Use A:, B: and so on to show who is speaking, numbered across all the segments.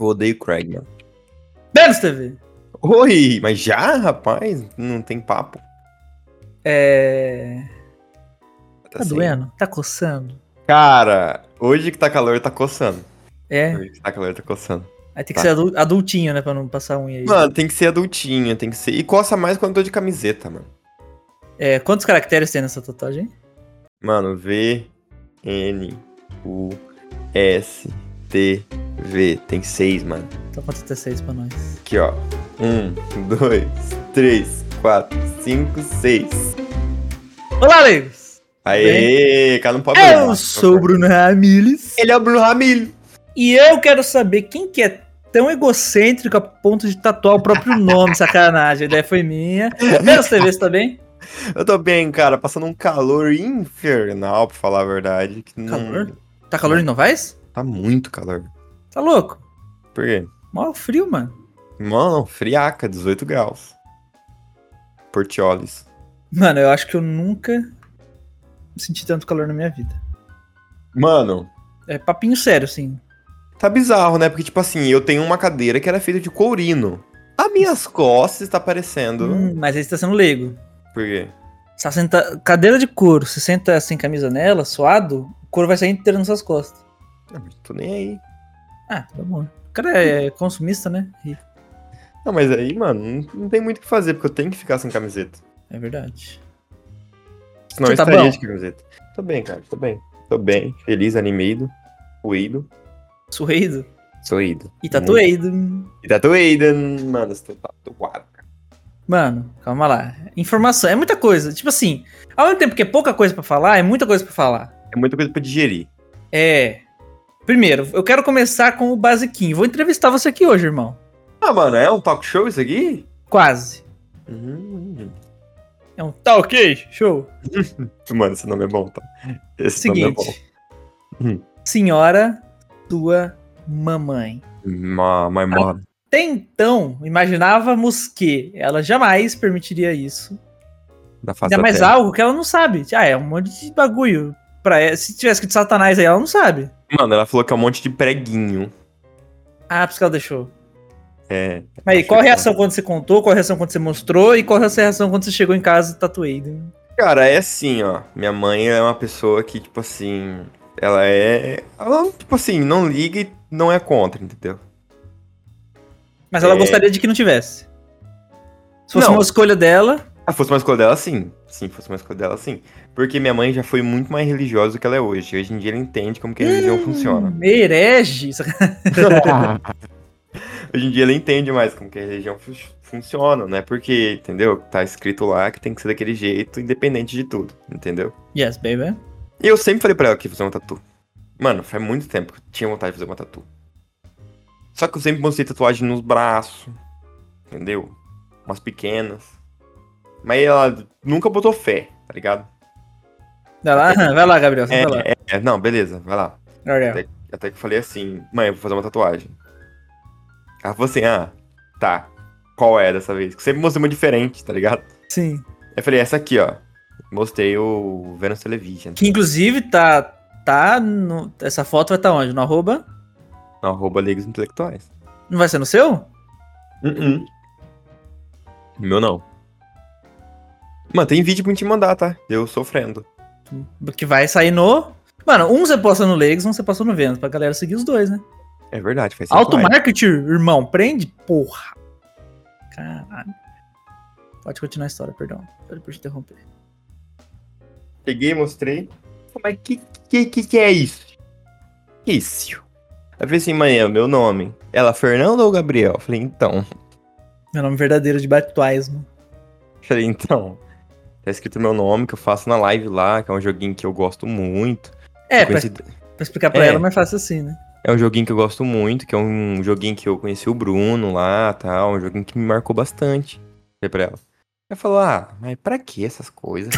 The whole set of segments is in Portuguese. A: Eu odeio o Craig, mano.
B: Danos TV!
A: Oi, mas já, rapaz? Não tem papo.
B: É. Tá
A: assim.
B: doendo? Tá coçando?
A: Cara, hoje que tá calor, tá coçando.
B: É.
A: Hoje que tá calor, tá coçando.
B: Aí tem que
A: Tá.
B: ser adu- adultinho, né? Pra não passar unha aí.
A: Mano, tem que ser adultinho, tem que ser. E coça mais quando eu tô de camiseta, mano.
B: É, quantos caracteres tem nessa tatuagem?
A: Mano, V, N, U, S, T, V. Tem seis, mano.
B: Então conta até seis pra nós.
A: Aqui, ó. Um, dois, três, quatro, cinco, seis.
B: Olá, amigos!
A: Aê, cara, não pode
B: Eu
A: brigar.
B: sou o Bruno Ramilles.
A: Ele é o Bruno Ramil.
B: E eu quero saber quem que é tão egocêntrico a ponto de tatuar o próprio nome, sacanagem. A ideia foi minha. Danos TV, você tá bem?
A: Eu tô bem, cara, passando um calor infernal, pra falar a verdade. que não-
B: Calor? Tá calor em Novaes?
A: Tá muito calor.
B: Tá louco?
A: Por quê?
B: Mó frio, mano.
A: Mano, friaca, 18 graus. Portiolis.
B: Mano, eu acho que eu nunca senti tanto calor na minha vida.
A: Mano,
B: É papinho sério, assim.
A: tá bizarro, né? Porque, tipo assim, eu tenho uma cadeira que era feita de courino. As minhas costas tá parecendo.
B: Hum, mas aí você tá sendo leigo.
A: Por quê?
B: Você tá senta... Cadeira de couro, você senta sem camisa nela, suado, o couro vai sair inteiro nas suas costas.
A: Não, mas tô nem aí.
B: Ah, tá bom. O cara é consumista, né? Rico.
A: Não, mas aí, mano, não- não tem muito o que fazer, porque eu tenho que ficar sem camiseta.
B: É verdade.
A: Senão
B: Você
A: eu
B: tá
A: estaria
B: bom?
A: de camiseta. Tô bem, cara, tô bem. Tô bem, feliz, animado, ruído.
B: Sueido
A: Sorrido.
B: e tá tatueido.
A: E tatuído, mano, estou tatuado, cara.
B: Mano, calma lá. Informação, é muita coisa. Tipo assim, ao mesmo tempo que é pouca coisa pra falar, é muita coisa pra falar.
A: É muita coisa pra digerir.
B: É. Primeiro, eu quero começar com o basiquinho. Vou entrevistar você aqui hoje, irmão.
A: Ah, mano, é um talk show isso aqui?
B: Quase.
A: Hum.
B: É um tá ok, show.
A: Mano, esse nome é bom, tá? Esse nome é bom.
B: Seguinte.
A: Hum.
B: Senhora, tua mamãe.
A: Ma, my mom.
B: Até então, imaginávamos que ela jamais permitiria isso.
A: Na face
B: Ainda
A: da
B: mais
A: terra.
B: algo que ela não sabe. Ah, é um monte de bagulho. Pra ela. Se tivesse que Satanás aí, ela não sabe.
A: Mano, ela falou que é um monte de preguinho.
B: Ah, por isso que ela deixou.
A: É.
B: Mas aí,
A: Acho
B: qual a
A: que-
B: reação quando você contou? Qual a reação quando você mostrou? E qual a sua reação quando você chegou em casa tatuado?
A: Cara, é assim, ó. Minha mãe é uma pessoa que, tipo assim. Ela é. Ela, tipo assim, não liga e não é contra, entendeu?
B: Mas ela
A: É.
B: gostaria de que não tivesse. Se fosse
A: Não.
B: uma escolha dela,
A: Ah, fosse uma escolha dela, sim. Sim, fosse uma escolha dela, sim. Porque minha mãe já foi muito mais religiosa do que ela é hoje. Hoje em dia ela entende como que a religião funciona.
B: hum, herege. saca-
A: Hoje em dia ela entende mais como que a religião fu- funciona, né? Porque, entendeu? Tá escrito lá que tem que ser daquele jeito, independente de tudo, entendeu?
B: Yes, baby.
A: E eu sempre falei pra ela que ia fazer uma tatu. Mano, faz muito tempo que eu tinha vontade de fazer uma tatu. Só que eu sempre mostrei tatuagem nos braços, entendeu? Umas pequenas. Mas ela nunca botou fé, tá ligado?
B: Vai lá, vai lá, Gabriel.
A: É,
B: vai lá.
A: é, é, não, beleza, vai lá.
B: Gabriel.
A: Até que eu falei assim, mãe, eu vou fazer uma tatuagem. Ela falou assim, ah, tá. Qual é dessa vez? Porque sempre mostrei uma diferente, tá ligado?
B: Sim.
A: Eu falei, essa aqui, ó. Mostrei o Venus Television.
B: Que inclusive tá. tá no- Essa foto vai estar onde? No arroba?
A: No arroba Leigos Intelectuais.
B: Não vai ser no seu?
A: Uh Meu não. Mano, tem vídeo pra te mandar, tá? Eu sofrendo.
B: Que vai sair no. Mano, um você posta no Legs, um você posta no Vênus, pra galera seguir os dois, né?
A: É verdade, faz cinco likes.
B: Automarketing, irmão, prende? Porra. Caralho. Pode continuar a história, perdão. Pode por te interromper.
A: Peguei, mostrei. Pô, Mas que, que, que, que é isso? Que isso? Aí eu falei assim, mãe, é o meu nome. Ela, Fernando ou Gabriel? Eu falei, então.
B: Meu nome verdadeiro de Batuaismo.
A: Falei, então, tá escrito meu nome, que eu faço na live lá, que é um joguinho que eu gosto muito.
B: É,
A: Eu
B: pra,
A: conheci-
B: pra explicar pra
A: é.
B: ela, mas fácil assim, né?
A: É um joguinho que eu gosto muito, que é um joguinho que eu conheci o Bruno lá, tal, um joguinho que me marcou bastante. Falei pra ela. Ela falou, ah, mas pra que essas coisas?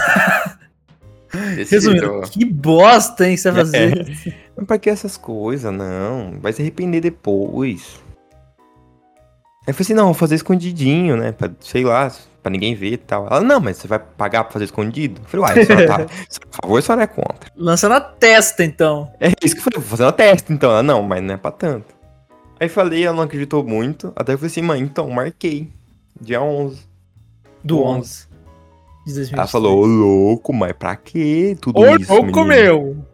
A: Desse
B: Resumindo,
A: jeito,
B: que bosta, hein, você vai fazer.
A: ó. mas pra que essas coisas? Não, vai se arrepender depois. Aí eu falei assim, não, vou fazer escondidinho, né? Pra, sei lá, pra ninguém ver e tal. Ela, não, mas você vai pagar pra fazer escondido? Eu falei, uai, a senhora tá, por favor, a senhora é contra.
B: Lança na testa, então.
A: É isso que eu falei, vou fazer uma testa, então. Ela, não, mas não é pra tanto. Aí falei, ela não acreditou muito. Até eu falei assim, mãe, então, marquei. Dia 11.
B: Do
A: Onze.
B: 11. De 2023.
A: Ela falou, ô louco, mas pra quê tudo
B: Ô,
A: isso,
B: louco,
A: menino?"
B: meu!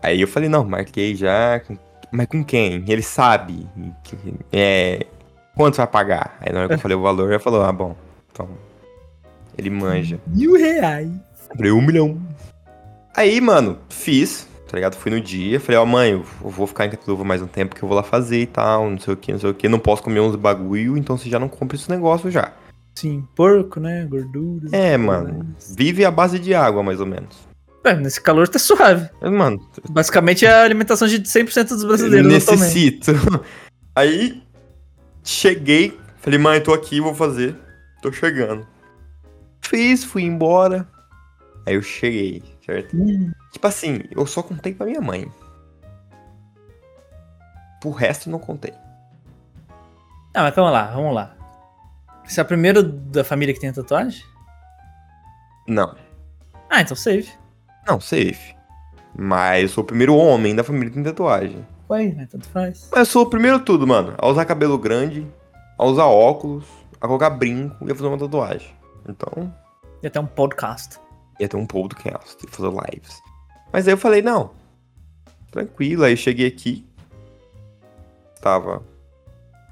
A: Aí eu falei, não, marquei já. com- Mas com quem? Ele sabe. que- É... Quanto vai pagar? Aí na hora que eu falei o valor, ela falou, ah, bom. Então, ele manja.
B: Mil reais.
A: Comprei um milhão. Aí, mano, fiz, tá ligado? Fui no dia, falei, ó, mãe, eu vou ficar em Catuva mais um tempo que eu vou lá fazer e tal, não sei o que, não sei o que. Não posso comer uns bagulho, então você já não compra esse negócio já.
B: Sim, porco, né? Gordura.
A: É, mano. Vive à base de água, mais ou menos.
B: Ué, nesse calor tá suave.
A: Mas, mano,
B: Basicamente é a alimentação de 100% dos brasileiros atualmente.
A: necessito. Aí, cheguei, falei, mãe, tô aqui, vou fazer. Tô chegando. Fiz, fui embora. Aí eu cheguei, certo?
B: Hum,
A: Tipo assim, eu só contei pra minha mãe. Pro resto eu não contei.
B: Ah, mas calma lá, vamos lá. Você é o primeiro da família que tem a tatuagem?
A: Não,
B: Ah, então save.
A: não, safe. Mas eu sou o primeiro homem da família que tem tatuagem.
B: Ué, né? Tanto faz.
A: Mas eu sou o primeiro tudo, mano. A usar cabelo grande, a usar óculos, a colocar brinco e a fazer uma tatuagem. Então,
B: E até um podcast.
A: ia ter um podcast, ia fazer lives. Mas aí eu falei, não. Tranquilo, aí eu cheguei aqui. Tava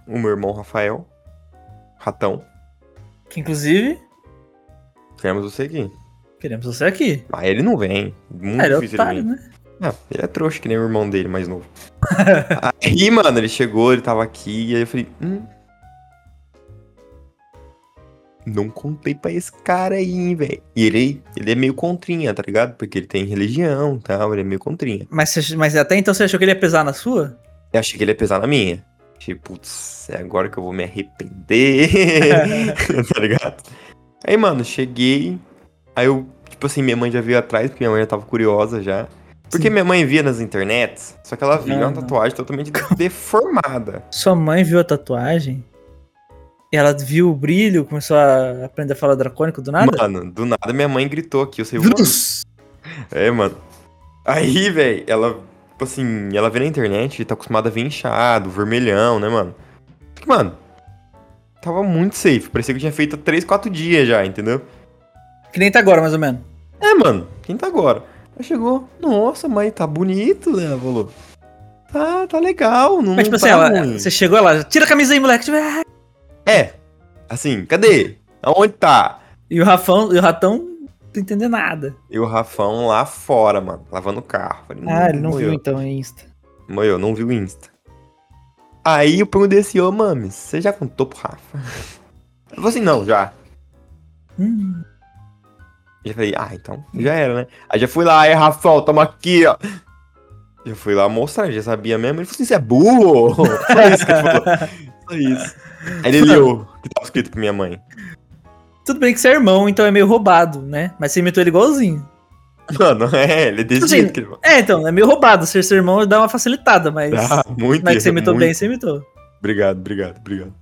A: o meu irmão Rafael, Ratão.
B: Que inclusive,
A: Queremos você aqui.
B: queremos você aqui.
A: Mas ele não vem. Muito
B: Ah, ele é
A: difícil ele
B: otário,
A: vir.
B: né?
A: Não, ele é trouxa, que nem o irmão dele mais novo. aí, mano, ele chegou, ele tava aqui, e aí eu falei, hum. Não contei pra esse cara aí, velho. E ele, ele é meio contrinha, tá ligado? Porque ele tem religião e tal, ele é meio contrinha.
B: Mas, você- mas até então você achou que ele ia pesar na sua?
A: Eu achei que ele ia pesar na minha. Achei, putz, é agora que eu vou me arrepender. tá ligado? Aí, mano, cheguei. Aí eu, tipo assim, minha mãe já veio atrás, porque minha mãe já tava curiosa já. Porque
B: Sim.
A: minha mãe via nas internets, só que ela via
B: Não,
A: uma
B: não.
A: tatuagem totalmente deformada.
B: Sua mãe viu a tatuagem? E ela viu o brilho, começou a aprender a falar dracônico do nada?
A: Mano, do nada minha mãe gritou aqui, eu sei o
B: Vrus!
A: É, mano. Aí, velho, ela, tipo assim, ela vê na internet e tá acostumada a ver inchado, vermelhão, né, mano? Só que, mano, tava muito safe. Parecia que eu tinha feito há 3, 4 dias já, entendeu?
B: Que nem tá agora, mais ou menos.
A: É, mano, quem tá agora? Aí chegou, nossa, mãe, tá bonito, né? ela Falou. Tá, tá legal, não
B: Mas tipo assim,
A: tá
B: ela,
A: ruim.
B: você chegou lá, tira a camisa aí, moleque. Tipo, "Ah!"
A: É, assim, cadê? Aonde tá?
B: E o Rafão, e o Ratão não tá entendendo nada.
A: E o Rafão lá fora, mano, lavando o carro. Falei,
B: Ah, ele não viu
A: moeu,
B: então, é Insta.
A: Moeu, não viu o Insta. Aí eu perguntei assim, ô, Mames, você já contou pro Rafa? Ele falou assim, não, já.
B: Hum,
A: Já falei, ah, então já era, né? Aí já fui lá, aí, Rafael, tamo aqui, ó. Já fui lá mostrar, já sabia mesmo. Ele falou assim, você é burro? Foi isso que ele falou. Só isso. Aí ele leu o que tava escrito pra minha mãe.
B: Tudo bem que você é irmão, então é meio roubado, né? Mas você imitou ele igualzinho.
A: Mano, é, ele é desse
B: Assim,
A: jeito que ele falou.
B: É, então, é meio roubado. Ser seu irmão dá uma facilitada, mas.
A: Ah, muito
B: Mas que você
A: erro,
B: imitou
A: muito.
B: bem, você imitou.
A: Obrigado, obrigado, obrigado.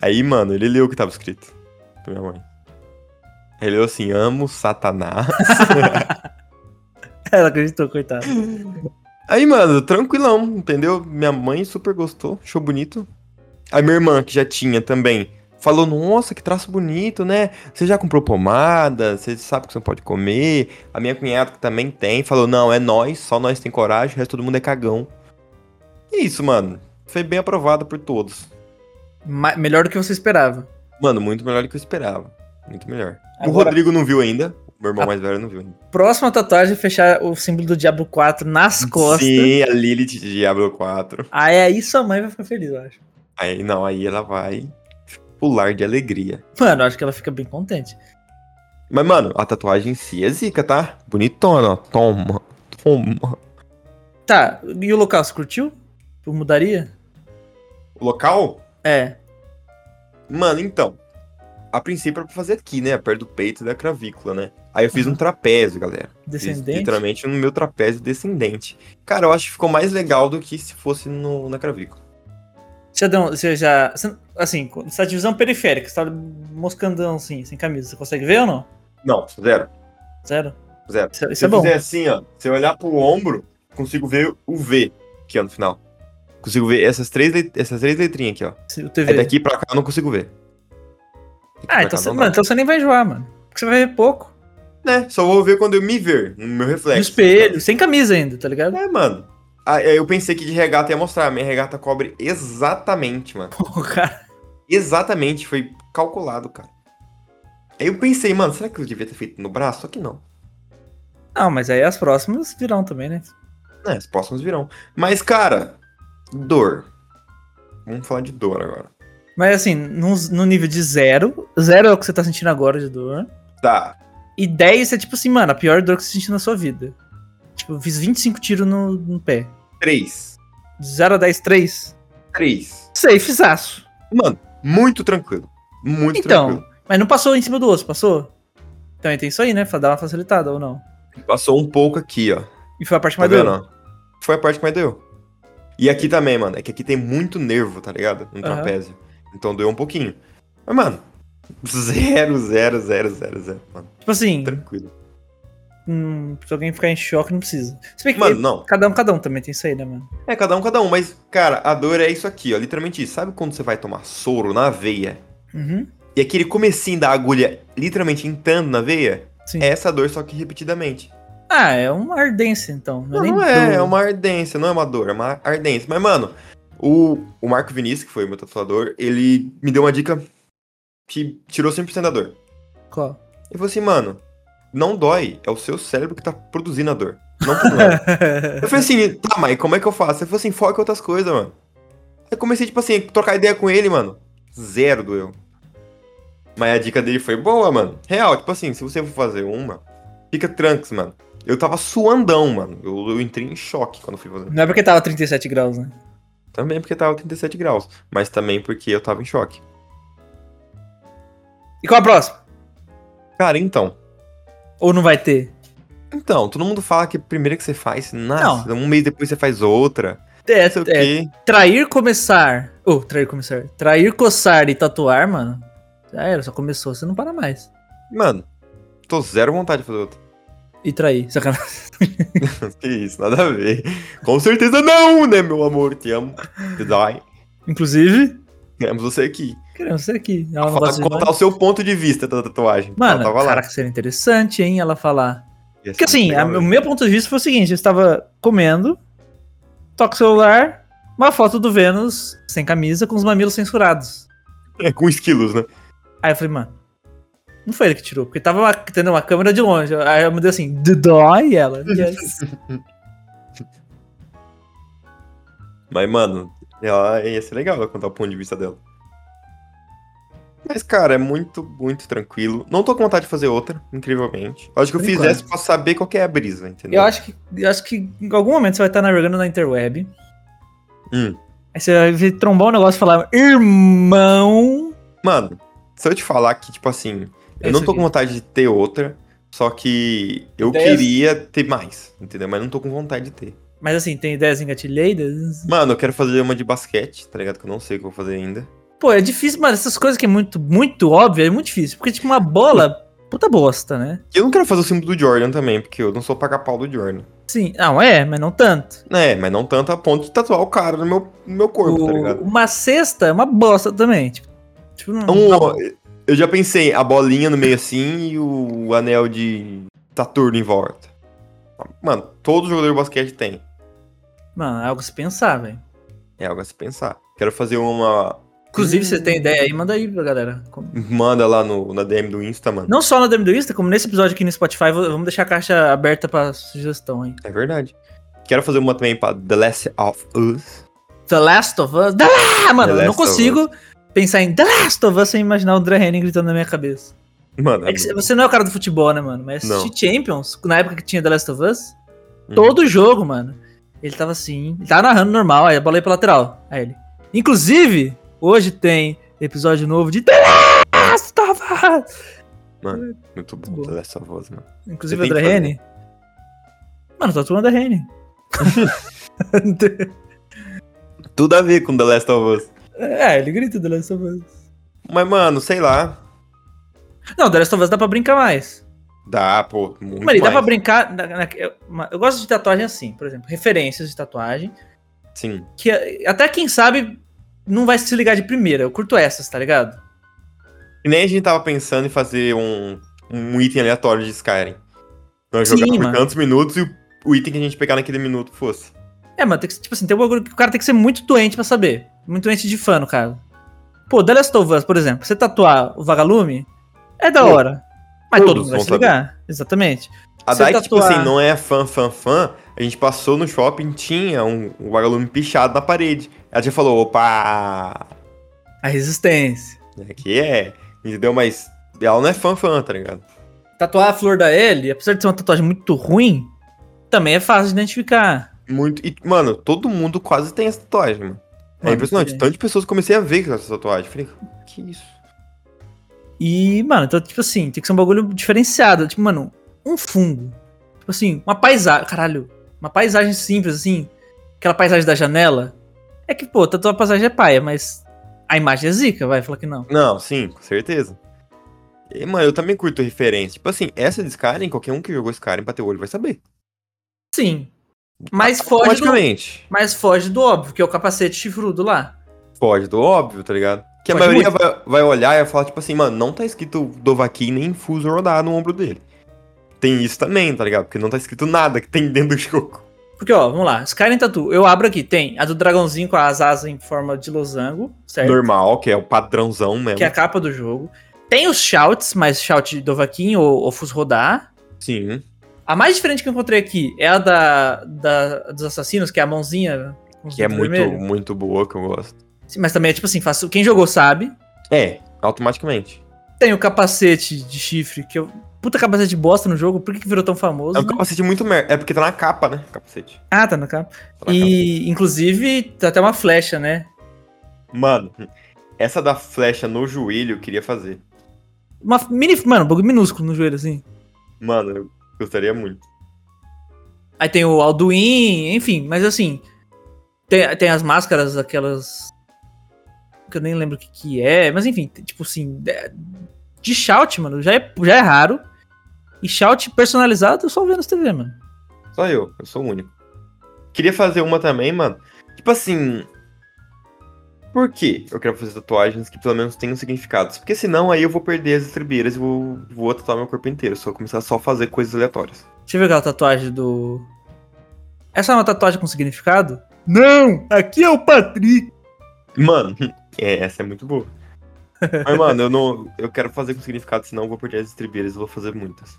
A: Aí, mano, ele leu o que tava escrito pra minha mãe. Ele leu assim, amo Satanás.
B: Ela acreditou, coitado.
A: Aí, mano, tranquilão, entendeu? Minha mãe super gostou, achou bonito. A minha irmã, que já tinha também, falou: Nossa, que traço bonito, né? Você já comprou pomada? Você sabe que você não pode comer? A minha cunhada, que também tem, falou: Não, é nós, só nós tem coragem, o resto todo mundo é cagão. E isso, mano. Foi bem aprovado por todos.
B: Ma- melhor do que você esperava.
A: Mano, muito melhor do que eu esperava. Muito melhor. o
B: Agora-
A: Rodrigo não viu ainda. O meu irmão
B: Ah.
A: mais velho não viu ainda.
B: Próxima tatuagem é fechar o símbolo do Diablo 4 nas costas.
A: Sim, a Lilith de Diablo 4.
B: Aí, aí sua mãe vai ficar feliz, eu acho.
A: Aí não, aí ela vai pular de alegria.
B: Mano, eu acho que ela fica bem contente.
A: Mas, mano, a tatuagem em si é zica, tá? Bonitona, toma, toma.
B: Tá, e o local, você curtiu? Tu mudaria?
A: O local?
B: É.
A: Mano, então. A princípio era pra fazer aqui, né? Perto do peito e da cravícula, né? Aí eu fiz um trapézio, galera. Fiz
B: Uhum. Descendente?
A: literalmente no meu trapézio descendente. Cara, eu acho que ficou mais legal do que se fosse no, na cravícula.
B: Você já deu, um, você já. você- assim, quando você tá divisão periférica, você tá moscandão assim, sem camisa. Você consegue ver ou não?
A: Não, zero.
B: Zero?
A: Zero.
B: Isso, isso
A: Se
B: é
A: eu
B: bom.
A: fizer assim, ó, se eu olhar pro ombro, consigo ver o V aqui, ó, no final. Consigo ver essas três, let- essas três letrinhas aqui, ó.
B: Se o TV.
A: É daqui pra cá eu não consigo ver. Daqui pra
B: ah, então
A: cá
B: você,
A: não
B: mano,
A: dá.
B: então você nem vai enjoar, mano. Porque você vai ver pouco.
A: Né? Só vou ver quando eu me ver, no meu reflexo.
B: No espelho, sem camisa ainda, tá ligado?
A: É, mano. Ah, eu pensei que de regata ia mostrar. Minha regata cobre exatamente, mano.
B: Pô, cara.
A: Exatamente, foi calculado, cara. Aí eu pensei, mano, será que eu devia ter feito no braço? Só que não.
B: Não, mas aí as próximas virão também, né?
A: É, os próximos virão. Mas, cara, dor. Vamos falar de dor agora.
B: Mas assim, num- no, nível de zero, zero é o que você tá sentindo agora de dor.
A: Tá.
B: E 10 é tipo assim, mano, a pior dor que você sentiu na sua vida. Tipo, eu fiz 25 tiros no, no pé.
A: Três.
B: De 0 a 10, 3.
A: Três.
B: Safezaço.
A: Mano, muito tranquilo. Muito
B: Então,
A: tranquilo.
B: mas não passou em cima do osso, passou? Então tem isso aí, né? Pra dar uma facilitada ou não.
A: Passou um pouco aqui, ó.
B: E foi a parte
A: Tá
B: mais dura.
A: vendo? ó? Foi a parte que mais doeu. E aqui também, mano. É que aqui tem muito nervo, tá ligado? No
B: Aham.
A: trapézio. Então doeu um pouquinho. Mas, mano, zero, zero, zero, zero, zero. Mano,
B: Tipo assim,
A: tranquilo.
B: hum, se alguém ficar em choque, não precisa. Se bem que
A: Mano, não.
B: cada um, cada um também tem isso aí, né, mano?
A: É cada um, cada um. Mas, cara, a dor é isso aqui, ó. Literalmente isso. Sabe quando você vai tomar soro na veia?
B: Uhum.
A: E aquele comecinho da agulha literalmente entrando na veia?
B: Sim.
A: É essa dor, só que repetidamente.
B: Ah, é uma ardência, então.
A: Não,
B: nem
A: não é,
B: dor.
A: é uma ardência, não é uma dor, é uma ardência. Mas, mano, o, o Marco Vinícius, que foi meu tatuador, ele me deu uma dica que tirou 100% da dor.
B: Qual?
A: Ele falou assim, mano, não dói, é o seu cérebro que tá produzindo a dor. Não problema. eu falei assim, tá, mas como é que eu faço? Ele falou assim, foca em outras coisas, mano. Aí comecei, tipo assim, a trocar ideia com ele, mano. Zero doeu. Mas a dica dele foi boa, mano. Real, tipo assim, se você for fazer uma, fica tranks, mano. Eu tava suandão, mano. Eu, eu entrei em choque quando fui fazer.
B: Não é porque tava 37 graus, né?
A: Também porque tava 37 graus, mas também porque eu tava em choque.
B: E qual a próxima?
A: Cara, então.
B: Ou não vai ter?
A: Então, todo mundo fala que primeiro que você faz, nossa, um mês depois você faz outra.
B: É,
A: Não sei o
B: é,
A: quê.
B: Trair, começar. Ou, trair, começar. Trair, coçar e tatuar, mano. Já era, só começou, você não para mais.
A: Mano, tô zero vontade de fazer outra.
B: E trair, sacanagem.
A: que isso, nada a ver. Com certeza não, né, meu amor? Te amo. Te dói.
B: Inclusive,
A: Queremos você aqui.
B: queremos ser aqui. Ela não
A: Fala,
B: gosta de
A: contar
B: banho.
A: o seu ponto de vista da tatuagem.
B: Mano,
A: Ela tava lá.
B: caraca, seria interessante, hein, ela falar.
A: Ia ser
B: Porque assim,
A: legal né?
B: a- o
A: mesmo.
B: meu ponto de vista foi o seguinte, eu estava comendo, toco o celular, uma foto do Vênus sem camisa, com os mamilos censurados.
A: É, com esquilos, né?
B: Aí eu falei, mano, não foi ele que tirou, porque tava uma, tendo uma câmera de longe. Aí eu mudei assim, "D- dói ela. é Yes.
A: Mas, mano, ela ia ser legal ela contar o ponto de vista dela. Mas, cara, é muito, muito tranquilo. Não tô com vontade de fazer outra, incrivelmente. Acho que eu
B: Por
A: fiz
B: enquanto.
A: essa pra saber qual que é a brisa, entendeu?
B: Eu acho que, eu acho que em algum momento você vai estar navegando na interweb.
A: Hum.
B: Aí você vai ver trombar um negócio e falar, irmão.
A: Mano, se eu te falar que, tipo assim,
B: É
A: eu não
B: isso
A: tô
B: aqui.
A: com vontade de ter outra, só que eu
B: Ideias.
A: queria ter mais, entendeu? Mas não tô com vontade de ter.
B: Mas assim, tem ideias engatilhadas.
A: Mano, eu quero fazer uma de basquete, tá ligado? Que eu não sei o que eu vou fazer ainda.
B: Pô, é difícil, mano. Essas coisas que é muito, muito óbvia, é muito difícil. Porque, tipo, uma bola, puta bosta, né?
A: E eu não quero fazer o símbolo do Jordan também, porque eu não sou paga-pau do Jordan.
B: Sim, não, é, mas não tanto.
A: É, mas não tanto a ponto de tatuar o cara no meu, no meu corpo, tá ligado?
B: O- uma cesta é uma bosta também. Tipo, tipo não,
A: Um,
B: não-
A: eu já pensei, a bolinha no meio assim e o anel de Saturno em volta. Mano, todo jogador de basquete tem.
B: Mano, é algo a se pensar, velho.
A: É algo a se pensar. Quero fazer uma.
B: Inclusive, se você tem ideia aí, manda aí pra galera. Como-
A: Manda lá no, na DM do Insta, mano.
B: Não só na DM do Insta, como nesse episódio aqui no Spotify, vou- vamos deixar a caixa aberta pra sugestão aí.
A: É verdade. Quero fazer uma também pra The Last of Us.
B: The Last of Us. Ah, mano,
A: The
B: eu não
A: Last of
B: consigo pensar em The Last of Us sem imaginar o André Henning gritando na minha cabeça.
A: Mano,
B: É que cê- você não é o cara do futebol, né, mano? Mas
A: Não.
B: assistir Champions, na época que tinha The Last of Us,
A: Uhum.
B: todo jogo, mano. Ele tava assim, ele tava narrando normal, aí a bola ia pra lateral. Aí ele. Inclusive, hoje tem episódio novo de The Last of Us.
A: muito bom,
B: Boa.
A: The Last of Us, mano.
B: Inclusive,
A: Você tem
B: André
A: que fazer.
B: Henning. Mano, tá atuando André Henning.
A: Tudo a ver com The Last of Us.
B: é, ele grita The Last of Us.
A: Mas, mano, sei lá.
B: Não, The Last of Us dá pra brincar mais.
A: Dá, pô, muito
B: Mano, e dá pra
A: mais.
B: brincar. na- na- eu, ma- eu gosto de tatuagem assim, por exemplo, referências de tatuagem.
A: Sim.
B: que eh, até quem sabe não vai se ligar de primeira. Eu curto essas, tá ligado?
A: E nem a gente tava pensando em fazer um, um item aleatório de Skyrim. Nós
B: Sim,
A: jogar por
B: mano.
A: tantos minutos e o, o item que a gente pegar naquele minuto fosse.
B: É, mano, tem que, tipo assim, tem um bagulho que o cara tem que ser muito doente pra saber. Muito doente de fã, no caso. Pô, The Last of Us, por exemplo, você tatuar o vagalume, é da
A: Pô,
B: hora. Mas todo
A: todos
B: mundo vai
A: vão
B: se ligar. Exatamente.
A: A
B: Você tá
A: Dai, que, tipo
B: tatuar-
A: assim, não é fã, fã, fã. A gente passou no shopping, tinha um, um vagalume pichado na parede. Ela já falou, opa,
B: A resistência.
A: aqui é. Entendeu? Mas ela não é fã, fã, tá ligado?
B: Tatuar a flor da L, apesar de ser uma tatuagem muito ruim, também é fácil de identificar.
A: Muito. E, mano, todo mundo quase tem essa tatuagem, mano. é
B: Mano,
A: impressionante.
B: é.
A: Tanto de pessoas que comecei a ver com essa tatuagem. Falei, que isso?
B: E, mano, então, tipo assim, tem que ser um bagulho diferenciado. Tipo, mano, um fungo. Tipo assim, uma paisagem. Caralho, uma paisagem simples, assim. Aquela paisagem da janela. É que, pô, tatuar a paisagem é paia, mas a imagem é zica, vai falar que não.
A: Não, sim, com certeza. E, mano, eu também curto referência. Tipo assim, essa de Skyrim, qualquer um que jogou Skyrim pra ter olho vai saber.
B: Sim. Mas foge, do,
A: Logicamente.
B: mas foge do óbvio, que é o capacete chifrudo lá.
A: Foge do óbvio, tá ligado? Que a
B: Foge
A: maioria vai, vai olhar e vai falar, tipo assim, mano, não tá escrito Dovahkiin nem Fuso Rodar no ombro dele. Tem isso também, tá ligado? Porque não tá escrito nada que tem dentro do jogo.
B: Porque, ó, vamos lá. Skyrim Tattoo, eu abro aqui, tem a do dragãozinho com as asas em forma de losango, certo?
A: Normal, que é o padrãozão mesmo.
B: Que é a capa do jogo. Tem os shouts, mas shout de Dovaquim ou, ou Fus Rodar.
A: Sim.
B: A mais diferente que eu encontrei aqui é a da, da- dos assassinos, que é a mãozinha. com os
A: Que é
B: dedos
A: muito,
B: vermelhos.
A: muito boa, que eu gosto.
B: Sim, Mas também é tipo assim, faço, quem jogou sabe.
A: É, automaticamente.
B: Tem o capacete de chifre, que eu. Puta capacete de bosta no jogo, por que, que virou tão famoso?
A: É um
B: né?
A: capacete muito merda. É porque tá na capa, né? Capacete.
B: Ah, tá na capa.
A: Tá na
B: E, inclusive, tá até uma flecha, né?
A: capa. Mano, essa da flecha no joelho eu queria fazer.
B: Uma mini. Mano, um bagulho minúsculo no joelho, assim.
A: Mano, eu gostaria muito.
B: Aí tem o Alduin, enfim, mas assim. Tem, tem as máscaras, aquelas. Que eu nem lembro o que, que é, mas enfim, t- tipo assim. é- De shout, mano, já é, já é raro. E shout personalizado eu só vendo nas TV, mano.
A: Só eu, eu sou o único. Queria fazer uma também, mano. Tipo assim. Por que eu quero fazer tatuagens que pelo menos tenham significados? Porque senão aí eu vou perder as estribeiras e vou, vou tatuar meu corpo inteiro. Só começar só a fazer coisas aleatórias.
B: Deixa eu ver aquela tatuagem do. Essa é uma tatuagem com significado? Não! Aqui é o Patrick!
A: Mano, é, essa é muito boa. Mas, mano, eu não. Eu quero fazer com significado, senão eu vou perder as estribeiras e vou fazer muitas.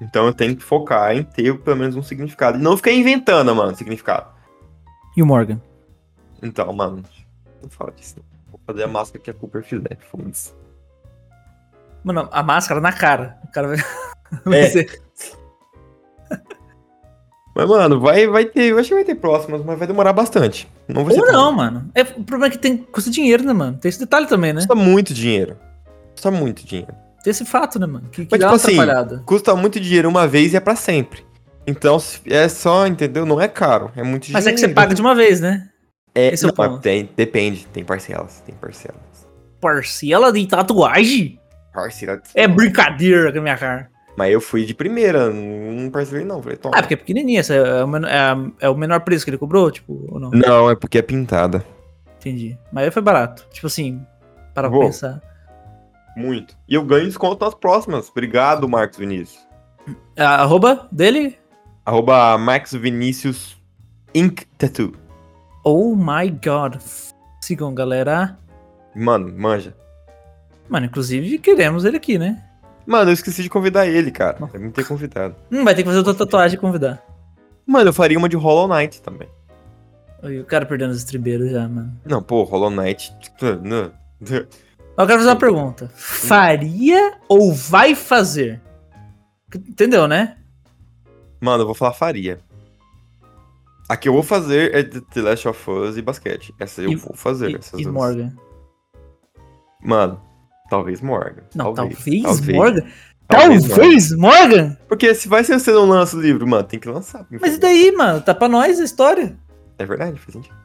A: Então eu tenho que focar em ter pelo menos um significado. E não ficar inventando, mano, significado.
B: E o Morgan?
A: Então, mano, não fala disso. não. Vou fazer a máscara que a Cooper fizer, foda-se.
B: Mano, a máscara na cara. O cara vai.
A: É.
B: vai ser-
A: Mas, mano, vai, vai ter. Eu acho que vai ter próximas, mas vai demorar bastante. Não vai ser
B: Ou
A: tão-
B: não, mano. É, o problema é que tem, custa dinheiro, né, mano? Tem esse detalhe também, né?
A: Custa muito dinheiro. Custa muito dinheiro.
B: Tem esse fato, né, mano? Que, que
A: Mas,
B: dá
A: tipo
B: uma
A: assim,
B: atrapalhada.
A: Custa muito dinheiro uma vez e é pra sempre. Então, se- é só, entendeu? Não é caro. É muito
B: Mas
A: dinheiro.
B: é que você paga de uma vez, né?
A: É,
B: Esse é o
A: não, mas
B: ponto.
A: tem- depende, tem parcelas, tem parcelas.
B: Parcela de tatuagem?
A: Parcelas.
B: É brincadeira com a minha cara.
A: Mas eu fui de primeira, não parcelei não, falei, toma.
B: Ah, porque é pequenininha. essa É o, men- é a- é o menor preço que ele cobrou, tipo, ou não?
A: Não, é porque é pintada.
B: Entendi. Mas aí foi barato. Tipo assim, para
A: Vou.
B: pensar.
A: Muito. E eu ganho desconto nas próximas. Obrigado, Marcos Vinícius.
B: A Ah, arroba dele?
A: Arroba Max Vinícius Ink Tattoo.
B: Oh my god. Sigam, galera.
A: Mano, manja.
B: Mano, inclusive queremos ele aqui, né?
A: Mano, eu esqueci de convidar ele, cara. Deve me ter convidado.
B: Hum, vai ter que fazer outra tatuagem e convidar.
A: Mano, eu faria uma de Hollow Knight também.
B: Aí O cara perdendo as estribeiras já, mano.
A: Não, pô, Hollow Knight. não.
B: Ó, Eu quero fazer uma pergunta. Faria ou vai fazer? Entendeu, né?
A: Mano, eu vou falar faria. A que eu vou fazer é The The Last of Us e basquete. Essa eu
B: E-
A: vou fazer.
B: E-
A: essas
B: e
A: duas.
B: Morgan.
A: Mano, talvez Morgan.
B: Não, talvez,
A: talvez,
B: Morgan.
A: talvez
B: Talvez,
A: Morgan.
B: Morgan?
A: Porque se vai ser você não lança o livro, mano, tem que lançar. por
B: Mas
A: favor.
B: e daí, mano? Tá pra nós a história.
A: É verdade, faz sentido.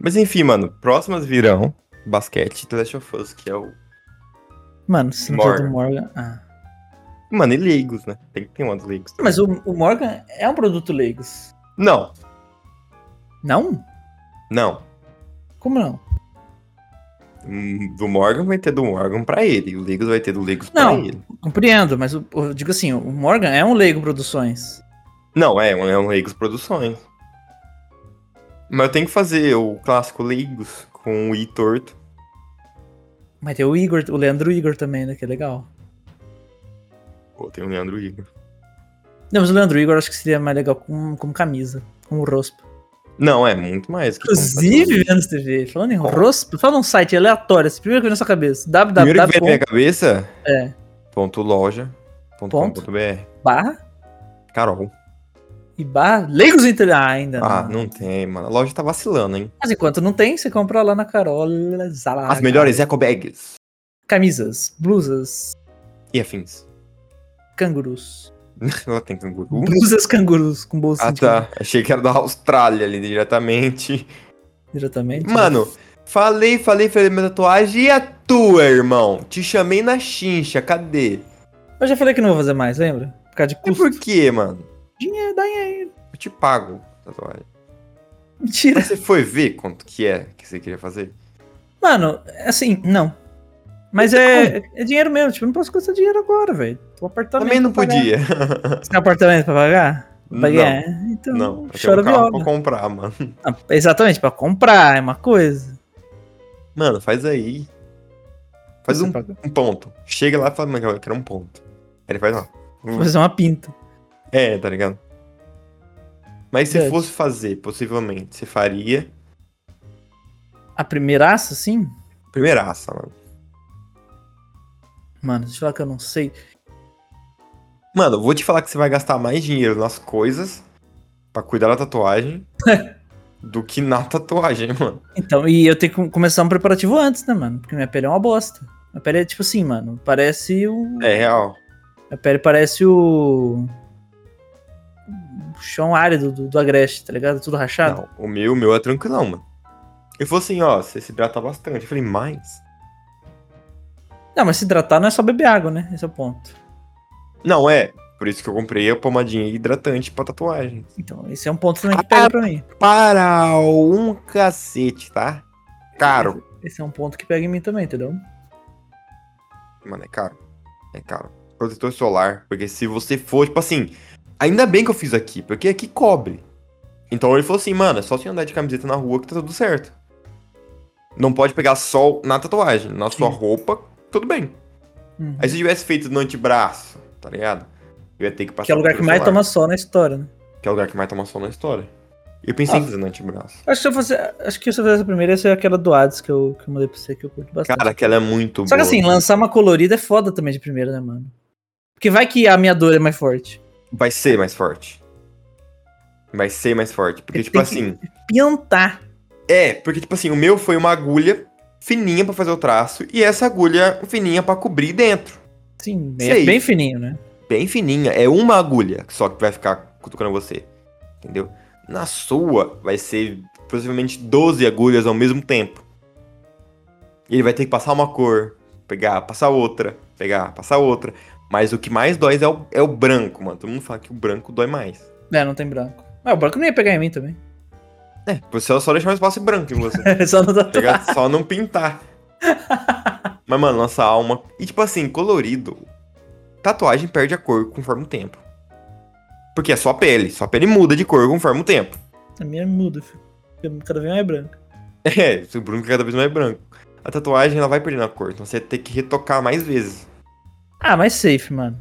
A: Mas enfim, mano, próximas virão basquete e The Last of Us, que é o.
B: Mano, se não for do Morgan. Ah.
A: Mano, e leigos, né? Tem que ter uma dos leigos.
B: Mas o, o Morgan é um produto leigos.
A: Não,
B: Não?
A: Não.
B: Como não?
A: Hum, Do Morgan vai ter do Morgan pra ele. O Legos vai ter do Legos pra
B: Não.
A: ele.
B: Compreendo, mas eu, eu digo assim, o Morgan é um leigo em produções.
A: Não, é, um- é um Legos Produções. Mas eu tenho que fazer o clássico Legos com o I torto.
B: Mas tem o Igor, o Leandro Igor também, né? Que é legal.
A: Pô, tem o Leandro Igor.
B: Não, mas o Leandro Igor eu acho que seria mais legal com, como camisa, com o rospo.
A: Não, é muito mais. que
B: Inclusive, Vênus TV, falando em rospo, fala um site aleatório, esse primeiro que vem na sua cabeça.
A: Primeiro que vem na minha
B: www.barra
A: cabeça,
B: É.
A: ponto loja, ponto com ponto br. Carol.
B: e barra leigos em Tele- Ah, ainda
A: Ah,
B: não.
A: não tem, mano. A loja tá vacilando, hein?
B: Mas enquanto não tem, você compra lá na Carola Zalaga.
A: As melhores eco bags
B: Camisas, blusas,
A: e afins.
B: cangurus.
A: Ela tem canguru.
B: Blusas cangurus com bolsa
A: Ah, tá. Achei que era da Austrália ali diretamente.
B: diretamente.
A: Mano, falei, falei, falei minha tatuagem. E a tua, irmão? Te chamei na chincha, cadê?
B: Eu já falei que não vou fazer mais, lembra? Por causa de
A: E
B: custo.
A: É por quê, mano?
B: Dinheiro, dá dinheiro.
A: Eu te pago a tatuagem.
B: Mentira.
A: Mas você foi ver quanto que é que você queria fazer?
B: Mano, assim, não. Mas
A: Então.
B: é, é dinheiro mesmo, tipo, eu não posso gastar dinheiro agora, velho. O apartamento.
A: Também não
B: pra pagar.
A: podia.
B: Você tem apartamento pra pagar? Pra
A: Não,
B: ganhar? Então,
A: não. Eu quero
B: chora
A: um carro
B: viola.
A: pra comprar, mano.
B: Ah, exatamente, pra comprar é uma coisa.
A: Mano, faz aí. Faz
B: Você
A: um
B: paga-
A: um ponto. Chega lá e fala, mano, eu quero um ponto. Aí ele faz, ó.
B: Vou fazer uma pinta.
A: É, tá ligado? Mas se
B: Verdade.
A: fosse fazer, possivelmente, você faria
B: A primeiraça, assim?
A: primeiraça, mano.
B: Mano, deixa eu falar que eu não sei.
A: Mano, eu vou te falar que você vai gastar mais dinheiro nas coisas pra cuidar da tatuagem do que na tatuagem, mano.
B: Então, e eu tenho que começar um preparativo antes, né, mano? Porque minha pele é uma bosta. Minha pele é tipo assim, mano. Parece o.
A: É real.
B: Minha pele parece o. O chão árido do, do Agreste, tá ligado? Tudo rachado.
A: Não, o meu, o meu é tranquilão, mano. Ele falou assim, ó, você se hidrata bastante. Eu falei, mas.
B: Não, mas se hidratar não é só beber água, né? Esse é o ponto.
A: Não, é. Por isso que eu comprei a pomadinha hidratante pra tatuagem.
B: Então, esse é um ponto
A: Ah,
B: também que pega pra mim.
A: Para um cacete, tá? Caro.
B: Esse é um ponto que pega em mim também, entendeu?
A: Mano, é caro. É caro. Protetor solar. Porque se você for, tipo assim, ainda bem que eu fiz aqui, porque aqui cobre. Então ele falou assim, mano, é só você andar de camiseta na rua que tá tudo certo. Não pode pegar sol na tatuagem. Na sua
B: Sim.
A: roupa, tudo bem.
B: Uhum.
A: Aí se eu tivesse feito no antebraço, tá ligado? Eu ia ter que passar.
B: Que é o lugar que mais
A: protetor
B: toma sol na história, né?
A: solar, Que é o lugar que mais toma sol na história. Eu pensei em
B: Ah.
A: fazer no antebraço.
B: Acho que se eu fosse. Acho que se eu fizesse a primeira, essa é aquela do Hades que eu, que eu mandei pra você, que eu curto bastante.
A: Cara, aquela é muito
B: Só que
A: boa.
B: assim, lançar uma colorida é foda também de primeira, né, mano? Porque vai que a minha dor é mais forte.
A: Vai ser mais forte. Vai ser mais forte. Porque,
B: É, Tem
A: tipo
B: que-
A: assim.
B: Piantar.
A: É, porque, tipo assim, o meu foi uma agulha fininha pra fazer o traço e essa agulha fininha pra cobrir dentro.
B: Sim,
A: Sei.
B: é bem fininho, né?
A: Bem fininha, é uma agulha só que vai ficar cutucando você. Entendeu? Na sua, vai ser possivelmente 12 agulhas ao mesmo tempo. E ele vai ter que passar uma cor, pegar, passar outra, pegar, passar outra. Mas o que mais dói é o, é o branco, mano. Todo mundo fala que o branco dói mais.
B: É, não tem branco. Ah, o branco não ia pegar em mim também.
A: É, você só deixar um espaço branco em você.
B: Só não dá
A: Tá ligado? Só não pintar. Mas, mano, nossa alma. E tipo assim, colorido. Tatuagem perde a cor conforme o tempo. Porque é só a pele. Só a pele muda de cor conforme o tempo.
B: A minha é muda, filho. Cada vez mais branco.
A: É, o Bruno cada vez mais branco. A tatuagem ela vai perdendo a cor. Então você tem que retocar mais vezes.
B: Ah, mas safe, mano.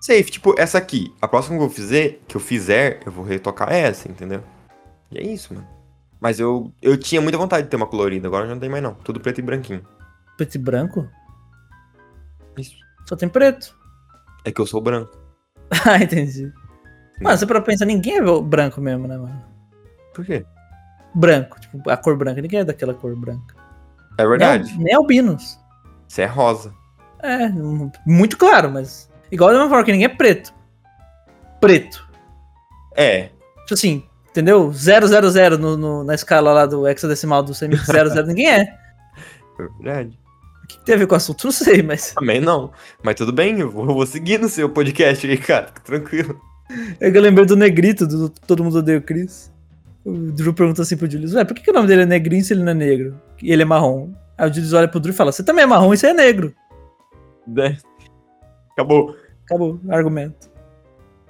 A: Safe, tipo, essa aqui. A próxima que eu fizer, que eu fizer, eu vou retocar essa, entendeu? E é isso, mano. Mas eu, eu tinha muita vontade de ter uma colorida, agora eu já não tem mais não. Tudo preto e branquinho.
B: Preto e branco?
A: Isso.
B: Só tem preto.
A: É que eu sou branco.
B: ah, entendi. Mano, você pra pensar, ninguém é branco mesmo, né, mano?
A: Por quê?
B: Branco, tipo, a cor branca, ninguém é daquela cor branca.
A: É verdade.
B: Né? Nem, al- nem albinos.
A: Você é rosa.
B: É, um- muito claro, mas. Igual da mesma forma que ninguém é preto. Preto.
A: É,
B: Tipo assim, entendeu? 000 no, no, na escala lá do hexadecimal do semi 00, ninguém é.
A: foi verdade.
B: O que tem a ver com o assunto? Não sei, mas.
A: Também não. Mas tudo bem, eu vou, eu vou seguir no seu podcast aí, cara. Fica tranquilo.
B: É que eu lembrei do Negrito, do Todo Mundo Odeia o Chris. O Drew pergunta assim pro Julius: Ué, por que, que o nome dele é negrinho se ele não é negro? E ele é marrom. Aí o Julius olha pro Drew e fala: Você também é marrom e você é negro.
A: Né? Acabou.
B: Acabou, argumento.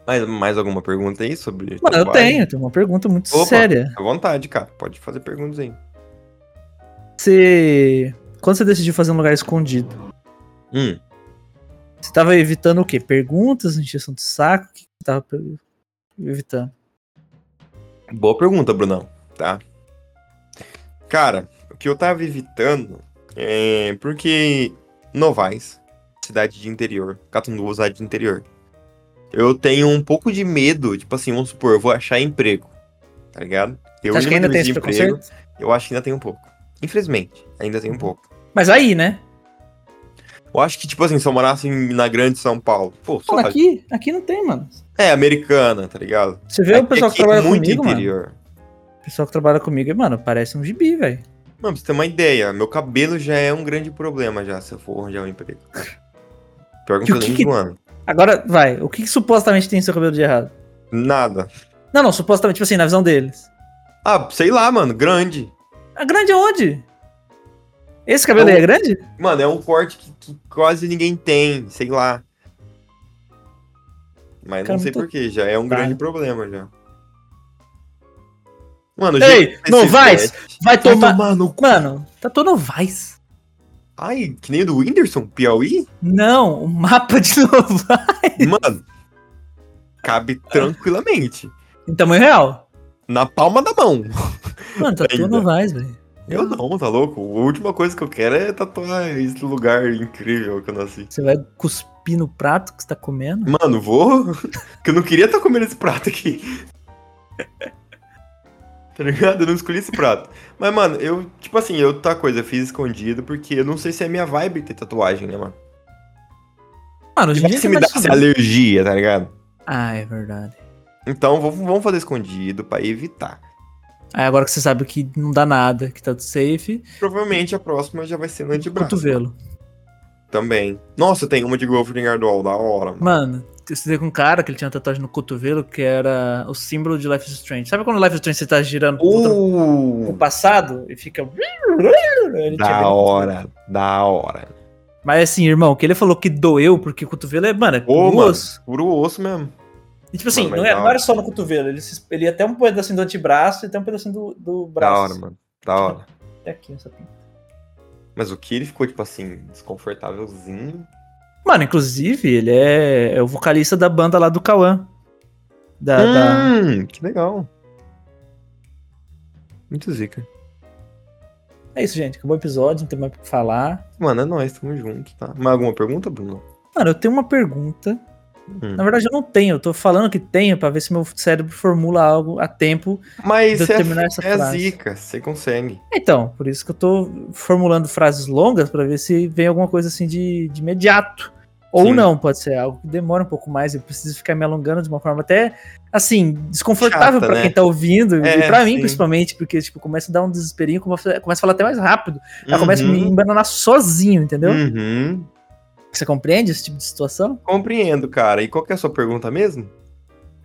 A: Mais, mais alguma pergunta aí sobre.
B: Mano, eu
A: tatuagem?
B: tenho, tenho uma pergunta muito
A: Opa.
B: séria.
A: Fica à vontade, cara. Pode fazer perguntas aí.
B: Você. Quando você decidiu fazer um lugar escondido,
A: Hum.
B: você tava evitando o quê? Perguntas, injeção de saco? O que que você tava pe- evitando?
A: Boa pergunta, Brunão, tá? Cara, o que eu tava evitando é porque Novais, cidade de interior, Catundu, cidade de interior. Eu tenho um pouco de medo, tipo assim, vamos supor, eu vou achar emprego, tá ligado? Eu
B: Você acha que
A: indo
B: ainda tem
A: atrás de
B: esse preconceito?
A: Eu acho que ainda tem um pouco. Infelizmente, ainda tem um pouco.
B: Mas aí, né?
A: Eu acho que, tipo assim, se eu morasse em- na grande São Paulo, pô, só
B: Mano, aqui, aqui não tem, mano.
A: é americana, tá ligado?
B: Você vê o
A: Aqui-
B: pessoal que
A: aqui é
B: trabalha
A: muito
B: comigo, mano.
A: interior.
B: O pessoal que trabalha comigo, mano, parece um gibi, velho.
A: Mano, pra você ter uma ideia, meu cabelo já é um grande problema já, se eu for arranjar um emprego. Pior que
B: E
A: eu não
B: o
A: tô
B: que
A: nem
B: que-
A: zoando.
B: Agora, vai, o que, que supostamente tem em seu cabelo de errado?
A: Nada.
B: Não, não, supostamente, tipo assim, na visão deles.
A: Ah, sei lá, mano, grande.
B: A grande é onde? Esse cabelo
A: É
B: aí
A: o-
B: é grande?
A: Mano, é um corte que, que quase ninguém tem, sei lá. Mas
B: Cara,
A: não sei
B: muito-
A: porquê, já é um
B: Tá.
A: grande problema já. Mano,
B: Ei,
A: jeito que
B: não
A: esse
B: vai,
A: veste- tá
B: Vai tomar.
A: no cu.
B: Mano, tá todo Novais.
A: Ai, que nem o do Whindersson, Piauí?
B: Não, o mapa de Novais.
A: Mano, cabe tranquilamente.
B: Em tamanho real.
A: Na palma da mão.
B: Mano, tá
A: Ainda.
B: todo Novais, velho.
A: Eu não, tá louco? A última coisa que eu quero é tatuar esse lugar incrível que eu nasci.
B: Você vai cuspir no prato que você tá comendo?
A: Mano, vou. que eu não queria estar comendo esse prato aqui. tá ligado? Eu não escolhi esse prato. Mas, mano, eu, tipo assim, eu tá coisa, eu fiz escondido porque eu não sei se é minha vibe ter tatuagem, né, mano? E
B: Mano, hoje em
A: vai
B: dia
A: que se
B: tem
A: me dá
B: mais
A: essa
B: tudo.
A: alergia, tá ligado?
B: Ah, é verdade.
A: Então, vamos vamos fazer escondido pra evitar.
B: Aí agora que você sabe que não dá nada, que tá tudo safe,
A: Provavelmente a próxima já vai ser no antebraço.
B: cotovelo.
A: Também. Nossa, tem uma de Golfing Gardol, da hora, mano.
B: Mano, eu estudei com um cara que ele tinha uma tatuagem no cotovelo que era o símbolo de Life is Strange. Sabe quando Life is Strange você tá girando voltando
A: Uh!
B: pro passado e fica. Ele tinha
A: Da
B: bem-
A: hora, da hora.
B: Mas assim, irmão, que ele falou que doeu porque o cotovelo é, mano, é
A: Ô,
B: puro
A: mano.
B: osso.
A: Puro osso mesmo.
B: E tipo assim,
A: Mano, mas
B: não, era,
A: da
B: não era
A: hora.
B: só no cotovelo, ele, se- ele ia até um pedacinho do antebraço e até um pedacinho do, do braço.
A: Da hora, mano. Da hora.
B: Até aqui nessa pinta.
A: Mas o que ele ficou, tipo assim, desconfortávelzinho.
B: Mano, inclusive, ele é, é o vocalista da banda lá do Cauã. Da, da-
A: Hum, que legal. Muito zica.
B: É isso, gente. Acabou o episódio, não tem mais o que falar.
A: Mano, é nóis, tamo junto, tá? Mais alguma pergunta, Bruno?
B: Mano, eu tenho uma pergunta.
A: Hum.
B: Na verdade, eu não tenho. Eu tô falando que tenho pra ver se meu cérebro formula algo a tempo.
A: Mas
B: Deixa eu
A: é,
B: terminar essa
A: é
B: frase.
A: zica, você consegue.
B: Então, por isso que eu tô formulando frases longas pra ver se vem alguma coisa assim de, de imediato. Ou
A: Sim.
B: não, pode ser algo que demora um pouco mais. Eu preciso ficar me alongando de uma forma até, assim, desconfortável
A: Chata,
B: pra quem
A: né?
B: tá ouvindo.
A: É,
B: e pra mim,
A: sim.
B: principalmente, porque, tipo, começa a dar um desesperinho, começa começa a falar até mais rápido. Ela começa a me
A: Uhum,
B: embananar sozinho, entendeu?
A: uhum.
B: Você compreende esse tipo de situação?
A: Compreendo, cara. E qual que é a sua pergunta mesmo?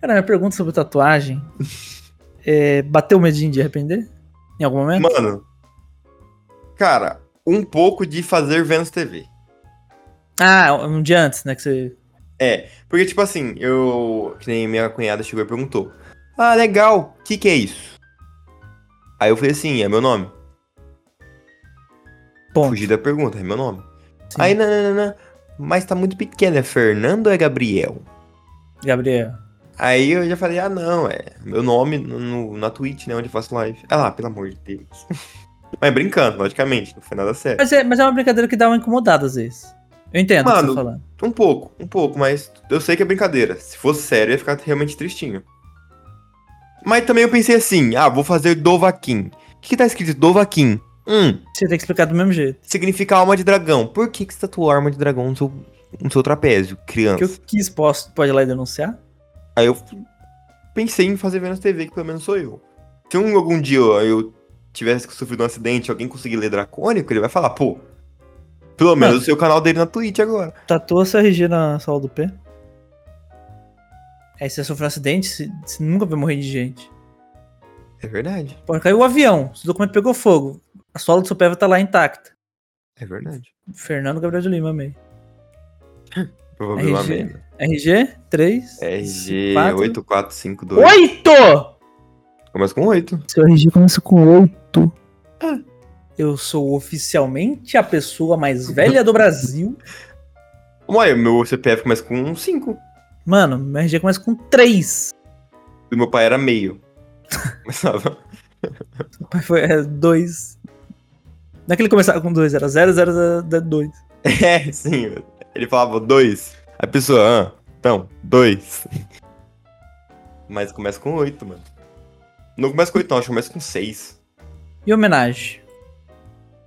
B: Cara, minha pergunta sobre tatuagem é, bateu o medinho de arrepender? Em algum momento?
A: Mano, cara, um pouco de fazer Vênus TV.
B: Ah, um dia antes, né? Que você.
A: É, porque tipo assim, eu. Que nem minha cunhada chegou e perguntou: Ah, legal, o que, que é isso? Aí eu falei assim: É meu nome.
B: Ponto.
A: Fugi da pergunta, é meu nome.
B: Sim.
A: Aí, não, não, não, não, mas tá muito pequeno, é Fernando ou é Gabriel?
B: Gabriel.
A: Aí eu já falei: Ah, não, é meu nome no, no- na Twitch, né, onde eu faço live. Ah lá, pelo amor de Deus. mas brincando, logicamente, não foi nada sério.
B: Mas é, mas é uma brincadeira que dá uma incomodada às vezes. Eu entendo o que
A: Mano,
B: você tá falando.
A: Um pouco, um pouco, mas eu sei que é brincadeira. Se fosse sério, eu ia ficar realmente tristinho. Mas também eu pensei assim, ah, vou fazer Dovaquim. O que, que tá escrito Dovaquim? Hum,
B: Você tem que explicar do mesmo jeito.
A: significa alma de dragão. Por que, que você tatuou alma de dragão no seu, no seu trapézio,
B: Que
A: criança?
B: eu quis, posso, pode ir lá e denunciar?
A: Aí eu pensei em fazer Vênus TV, que pelo menos sou eu. Se um, algum dia eu tivesse sofrido um acidente e alguém conseguir ler Dracônico, ele vai falar, pô, pelo menos
B: Mano.
A: o seu canal dele na Twitch agora.
B: Tatua seu RG na sala do pé. Aí você sofreu um acidente, você, você nunca vai morrer de gente.
A: É verdade.
B: Pode cair o avião, se o documento pegou fogo, a sola do seu pé vai estar lá intacta.
A: É verdade.
B: Fernando Gabriel de Lima, amei.
A: Provavelmente.
B: RG 3.
A: RG
B: 4.
A: 8452.
B: 8!
A: Começa com 8.
B: Seu RG começa com 8. Eu sou oficialmente a pessoa mais velha do Brasil.
A: Ué, meu CPF começa com um 5.
B: Mano, meu RG começa com 3.
A: Do meu pai era meio. Começava.
B: Foi 2. Não é que ele começava com 2, era 0, 0, 0, 2.
A: É, sim. Ele falava 2. A pessoa, ah, então, 2. Mas começa com 8, mano. Não começa com 8, não. Acho que começa com 6.
B: E homenagem?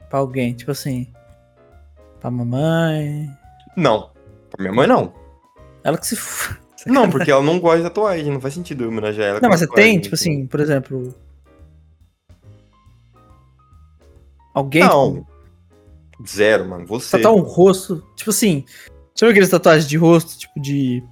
B: Pra alguém, tipo assim. Pra mamãe.
A: Não. Pra minha mãe, não.
B: Ela que se. f-
A: Não, porque ela não gosta de tatuagem. Não faz sentido eu homenagear ela. com
B: Não, mas você
A: tatuagem,
B: tem, tipo
A: entendeu?
B: assim, por exemplo. Alguém. tipo,
A: Não. Zero, mano. Você.
B: Tatuar um rosto. Tipo assim. Sabe aqueles tatuagens de rosto, tipo de.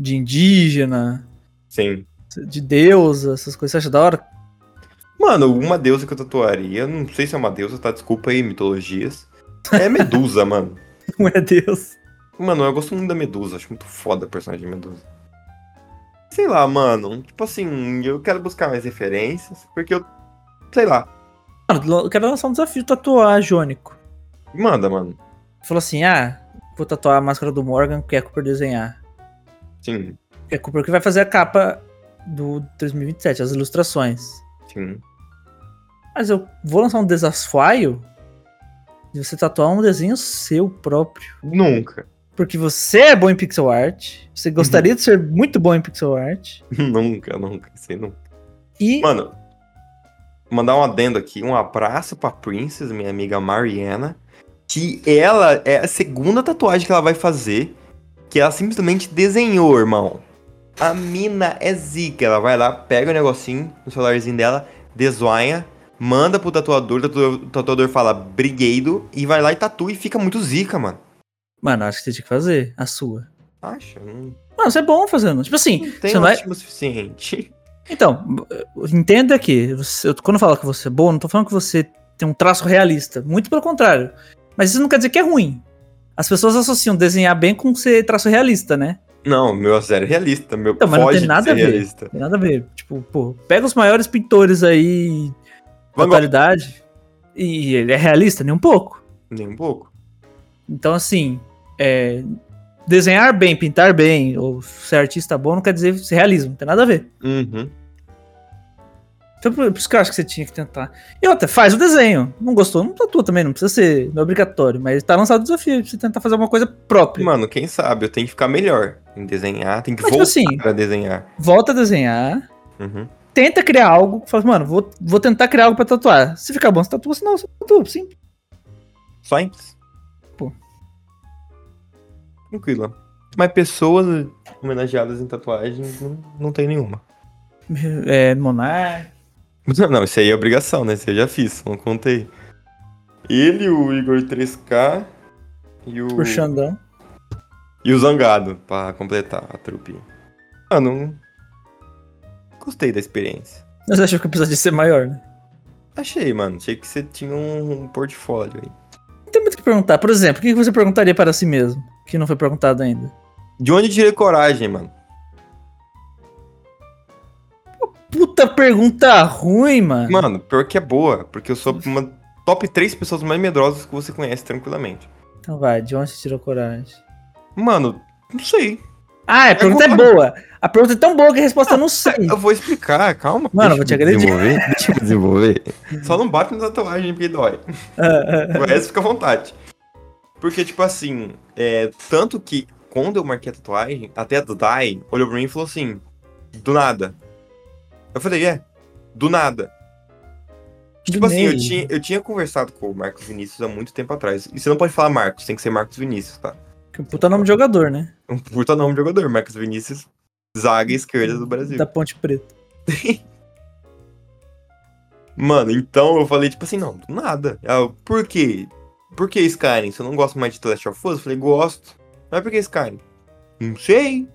B: De indígena,
A: Sim.
B: de deusa, essas coisas. Você acha da hora?
A: Mano, uma deusa que eu tatuaria, não sei se é uma deusa, tá? Desculpa aí, mitologias. É Medusa, mano.
B: Não é Deus.
A: Mano, eu gosto muito da Medusa, acho muito foda a personagem de Medusa. Sei lá, mano, tipo assim, eu quero buscar mais referências, porque eu. Sei lá,
B: Mano, eu quero lançar um desafio de tatuar Jônico.
A: manda, mano.
B: Falou assim: ah, vou tatuar a máscara do Morgan, que é Cooper desenhar.
A: Sim,
B: Que é Cooper que vai fazer a capa do 2027, as ilustrações.
A: sim.
B: Mas eu vou lançar um desafaio de você tatuar um desenho seu próprio.
A: Nunca.
B: Porque você é bom em pixel art,
A: Uhum.
B: você gostaria de ser muito bom em pixel art,
A: nunca, nunca, sei nunca.
B: e
A: Mano, mandar um adendo aqui, um abraço pra Princess, minha amiga Mariana, que ela é a segunda tatuagem que ela vai fazer, que ela simplesmente desenhou, irmão. A mina é zica, ela vai lá, pega o negocinho no celularzinho dela, desenha, manda pro tatuador, o tatuador- o tatuador fala brigueiro e vai lá e tatua e fica muito zica, mano.
B: mano, acho que você tinha que fazer a sua.
A: Acha? Não,
B: Mano, você é bom fazendo. Tipo assim,
A: não tem
B: você não vai-
A: ótimo o suficiente.
B: então, entenda que você- eu- quando eu falo que você é bom, não tô falando que você tem um traço realista, muito pelo contrário. Mas isso não quer dizer que é ruim. As pessoas associam desenhar bem com ser traço realista, né?
A: Não, meu é zero realista, meu
B: Então, mas não
A: foge
B: tem
A: de
B: nada
A: ser
B: a ver.
A: realista.
B: Não tem nada a ver. Tipo, pô, pega os maiores pintores aí da
A: Van Gogh.
B: atualidade e ele é realista, nem um pouco.
A: Nem um pouco.
B: Então, assim, é, desenhar bem, pintar bem, ou ser artista bom, não quer dizer ser realismo, não tem nada a ver.
A: Uhum.
B: Então, por por isso que eu acho que você tinha que tentar. E outra, faz o desenho. Não gostou, não tatua também, não precisa ser não é obrigatório, mas tá lançado o desafio de você tentar fazer alguma coisa própria.
A: Mano, quem sabe? Eu tenho que ficar melhor em desenhar, tem que
B: Mas, tipo
A: voltar
B: assim-
A: pra desenhar.
B: Volta a desenhar,
A: Uhum.
B: tenta criar algo, fala, assim, mano, vou, vou tentar criar algo pra tatuar. Se ficar bom, você tatua, senão você não tatua, sim.
A: Só isso.
B: Pô.
A: Tranquilo. Mas pessoas homenageadas em tatuagens não, não tem nenhuma.
B: É, Monar.
A: Não, não, isso aí é obrigação, né? Isso aí eu já fiz, não contei. Ele, o Igor 3K e o.
B: O Xandão.
A: E o Zangado, pra completar a trupe. Mano, gostei da experiência.
B: Mas achou que o episódio ia ser maior, né?
A: Achei, mano. Achei que você tinha um portfólio aí.
B: Não tem muito o que perguntar. Por exemplo, o que você perguntaria para si mesmo? Que não foi perguntado ainda.
A: De onde eu tirei coragem, mano?
B: Puta pergunta ruim, mano.
A: Mano, pior que é boa, porque eu sou uma top 3 pessoas mais medrosas que você conhece tranquilamente.
B: Então vai, de onde você tirou coragem?
A: Mano, não sei.
B: Ah, a pergunta é
A: concordo.
B: boa. A pergunta é tão boa que a resposta eu não sei.
A: Eu vou explicar, calma.
B: Mano, eu vou te
A: eu
B: agredir.
A: Desenvolver. Deixa eu desenvolver. Só não bate na tatuagem porque dói.
B: Ah, ah,
A: O resto fica à vontade. Porque, tipo assim, é, tanto que quando eu marquei a tatuagem, até a Dai olhou pra mim e falou assim: do nada. Eu falei, é, do nada. Tipo
B: do
A: assim, eu
B: meio.
A: tinha, eu tinha conversado com o Marcos Vinícius há muito tempo atrás. E você não pode falar Marcos, tem que ser Marcos Vinícius, tá?
B: Que Puta nome de jogador, né?
A: Um puta nome de jogador, Marcos Vinícius, zaga esquerda do Brasil.
B: Da Ponte Preta.
A: Mano, então eu falei, tipo assim, não, do nada. Ela, por quê? Por que Skyrim? Você não gosta mais de The Last of Us? Eu falei, gosto. Mas por que Skyrim? Não sei.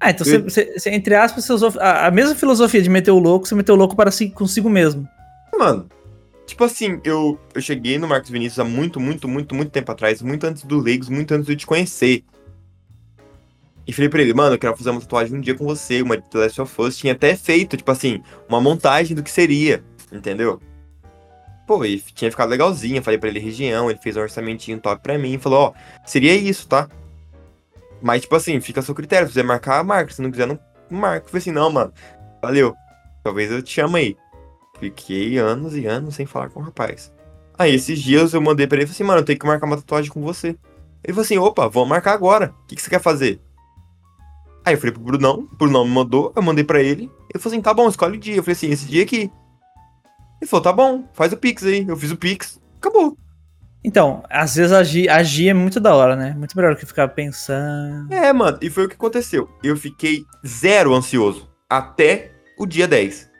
B: Ah, então você, você- você- entre aspas, você usou a, a mesma filosofia de meter o louco, você meteu o louco para si, consigo mesmo.
A: Mano, tipo assim, eu, eu cheguei no Marcos Vinícius há muito, muito, muito, muito tempo atrás, muito antes do Leigos, muito antes de eu te conhecer. E falei pra ele, mano, eu quero fazer uma tatuagem um dia com você, uma de The Last of Us. Tinha até feito, tipo assim, uma montagem do que seria, entendeu? Pô, e tinha ficado legalzinha. Falei pra ele região, ele fez um orçamentinho top pra mim. Falou, ó, seria isso, tá? Mas, tipo assim, fica a seu critério. Se quiser marcar, marca. Se não quiser, não marca. Eu Falei assim, não, mano, valeu. Talvez eu te chame aí. Fiquei anos e anos sem falar com o rapaz. Aí esses dias eu mandei pra ele e falei assim, mano, eu tenho que marcar uma tatuagem com você. Ele falou assim, opa, vamos marcar agora. O que, que você quer fazer? Aí eu falei pro Brunão, o Brunão me mandou, eu mandei pra ele. Ele falou assim, tá bom, escolhe o dia. Eu falei assim, esse dia aqui. Ele falou, tá bom, faz o Pix aí. Eu fiz o Pix, acabou.
B: Então, às vezes agir, agir é muito da hora, né? Muito melhor do que ficar pensando.
A: É, mano, e foi o que aconteceu. Eu fiquei zero ansioso até o dia 10.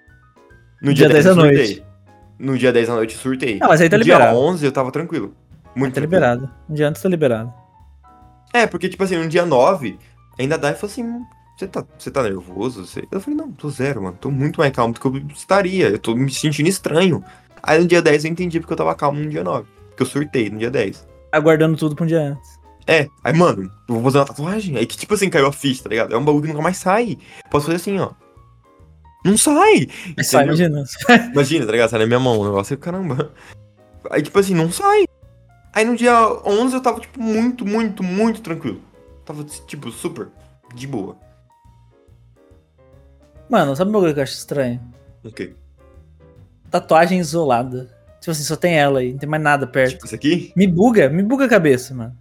A: No
B: Dia 10
A: eu
B: à noite.
A: surtei. No dia 10 da noite eu surtei.
B: Não, mas aí tá
A: no dia
B: liberado.
A: 11 eu tava tranquilo. Muito
B: Tá
A: tranquilo.
B: liberado. Um dia antes tá liberado.
A: É, porque, tipo assim, no dia 9, ainda dá e falou assim: você tá, você tá nervoso? Você-" Eu falei: não, tô zero, mano. Tô muito mais calmo do que eu estaria. Eu tô me sentindo estranho. Aí no dia 10 eu entendi porque eu tava calmo no dia 9. Porque eu surtei no dia 10.
B: Aguardando tudo pra um dia antes.
A: É, aí, mano, eu vou fazer uma tatuagem. Aí que, tipo assim, caiu a ficha, tá ligado? É um bagulho que nunca mais sai. Posso fazer assim, ó. Não sai!
B: Mas É só
A: Entendeu?
B: imagina.
A: Imagina, tá ligado? Sai na minha mão o negócio, eu, caramba. Aí, tipo assim, não sai. Aí no dia 11 eu tava, tipo, muito, muito, muito tranquilo. Tava, tipo, super de boa.
B: Mano, sabe uma coisa que eu acho estranho?
A: Ok.
B: Tatuagem isolada. Tipo assim, só tem ela aí, não tem mais nada perto.
A: Tipo, isso aqui?
B: Me buga, me buga a cabeça, mano.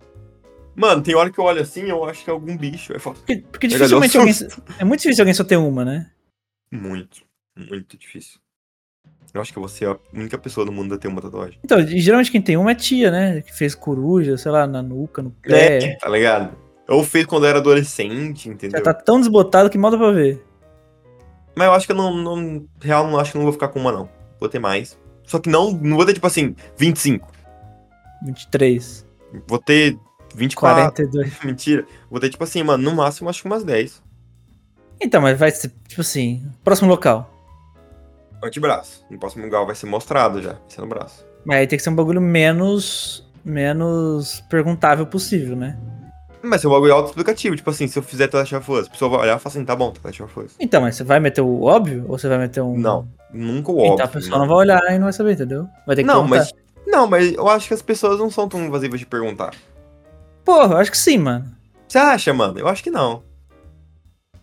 A: Mano, tem hora que eu olho assim eu acho que é algum bicho. Aí eu falo,
B: Porque, porque
A: Pegador
B: dificilmente
A: susto.
B: alguém. É muito difícil alguém só ter uma, né?
A: muito, muito difícil. Eu acho que você é a única pessoa no mundo a ter uma tatuagem.
B: Então, e geralmente quem tem uma é tia, né? Que fez coruja, sei lá, na nuca, no pé.
A: Tá ligado? Eu fiz quando eu era adolescente,
B: Já
A: entendeu?
B: tá tão desbotado que mal dá pra ver.
A: Mas eu acho que eu não, não. Real, não acho que eu não vou ficar com uma, não. Vou ter mais. Só que não, não vou ter, tipo assim, 25.
B: 23,
A: Vou ter 24.
B: 42.
A: Mentira. Vou ter, tipo assim, mano, no máximo acho que umas 10.
B: Então, mas vai ser, tipo assim, próximo local.
A: Antebraço. No próximo lugar vai ser mostrado já. Vai ser no braço.
B: Mas aí tem que ser um bagulho menos. menos perguntável possível, né?
A: Mas é um bagulho auto-explicativo. Tipo assim, se eu fizer The Last of Us, a pessoa vai olhar e fala assim, tá bom, The Last of Us.
B: Então, mas você vai meter o óbvio ou você vai meter um.
A: Não, nunca o óbvio. né?
B: Então a pessoa não vai olhar e não vai saber, entendeu? Vai ter que
A: Não,
B: perguntar.
A: mas. Não, mas eu acho que as pessoas não são tão invasivas de perguntar.
B: Porra, eu acho que sim, mano.
A: Você acha, mano? Eu acho que não.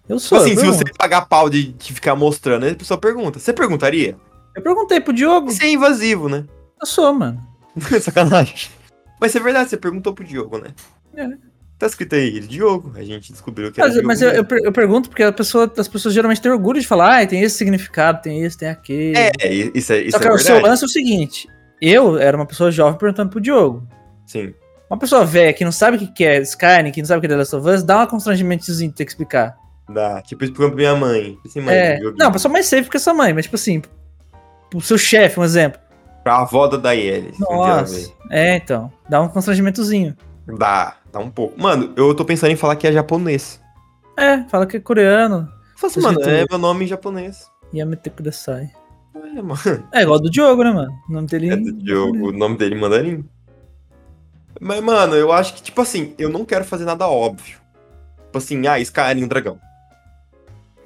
B: Eu
A: Tipo
B: sou.
A: assim,
B: eu,
A: se você
B: pergunto.
A: pagar pau de, de ficar mostrando, aí a pessoa pergunta. Você perguntaria?
B: eu perguntei pro Diogo.
A: Você é invasivo, né?
B: Eu sou, mano.
A: Sacanagem. Mas é verdade, você perguntou pro Diogo, né?
B: É.
A: Tá escrito aí, Diogo. A gente descobriu que era
B: Mas,
A: Diogo
B: mas eu, eu
A: mesmo.
B: per- eu pergunto porque a pessoa- as pessoas geralmente têm orgulho de falar, ah, tem esse significado, tem esse, tem aquele.
A: É, é, isso é, isso
B: Só
A: é
B: que o
A: verdade.
B: seu lance é o seguinte: eu era uma pessoa jovem perguntando pro Diogo.
A: Sim.
B: Uma pessoa velha que não sabe o que que é Skyrim, que não sabe o que é The Last of Us, dá um constrangimentozinho de ter que explicar.
A: Dá. Tipo, explicando pra minha mãe. Assim, mãe
B: é.
A: Diogo.
B: Não, a pessoa mais safe que a sua mãe, mas tipo assim, pro seu chefe, um exemplo.
A: Pra avó da Daiele. se um dia ela
B: Nossa. É, então. Dá um constrangimentozinho.
A: vê. Dá, dá um pouco. Mano, eu tô pensando em falar que é japonês.
B: É, fala que é coreano.
A: Eu falo assim,
B: Tá
A: mano,
B: escrito-
A: é meu nome em japonês.
B: Yamete Kudasai.
A: É, mano.
B: É igual do Diogo, né, mano? O nome dele.
A: É do Diogo, o nome dele é mandarim. Mas, mano, eu acho que, tipo assim, eu não quero fazer nada óbvio. Tipo assim, ah, Skyrim, o dragão.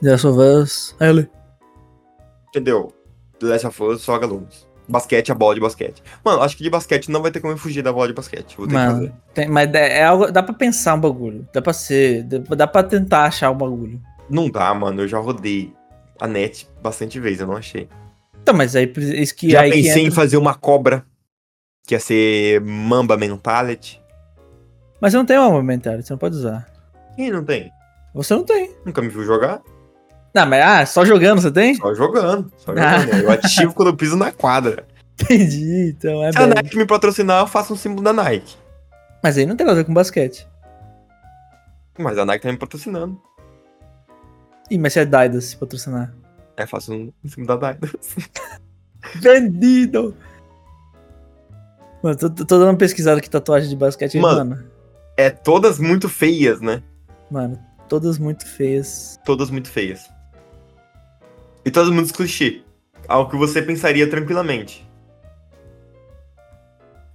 B: The Last of Us. Aí ele.
A: Entendeu? The Last of Us, só alunos. Basquete, a bola de basquete. Mano, acho que de basquete não vai ter como eu fugir da bola de basquete. Vou ter que
B: Mano,
A: fazer.
B: Tem- mas é é algo. Dá pra pensar um bagulho. Dá pra ser. Dá, dá pra tentar achar um bagulho.
A: Não dá, mano. Eu já rodei a net bastante vezes, eu não achei.
B: Então, mas aí por isso que
A: já
B: aí que
A: pensei em
B: entra-
A: fazer uma cobra. Que ia ser Mamba Mentality.
B: Mas você não tem uma momentary, você não pode usar.
A: Quem não tem?
B: Você não tem.
A: Nunca me viu jogar?
B: Não, mas ah, só jogando você tem?
A: Só jogando. Só
B: Ah.
A: jogando. Eu ativo quando eu piso na quadra.
B: Entendi, então é
A: Se a
B: bem.
A: Nike me patrocinar, eu faço um símbolo da Nike.
B: Mas aí não tem nada a ver com basquete.
A: Mas a Nike tá me patrocinando.
B: Ih, mas você é Daidas se patrocinar.
A: Aí eu faço um um símbolo da Nike.
B: Vendido! Mano, tô, tô dando uma pesquisada aqui, tatuagem de basquete.
A: Mano.
B: Mano,
A: É todas muito feias, né?
B: mano, Todas muito feias.
A: Todas muito feias. E todas muito clichê. Algo que você pensaria tranquilamente.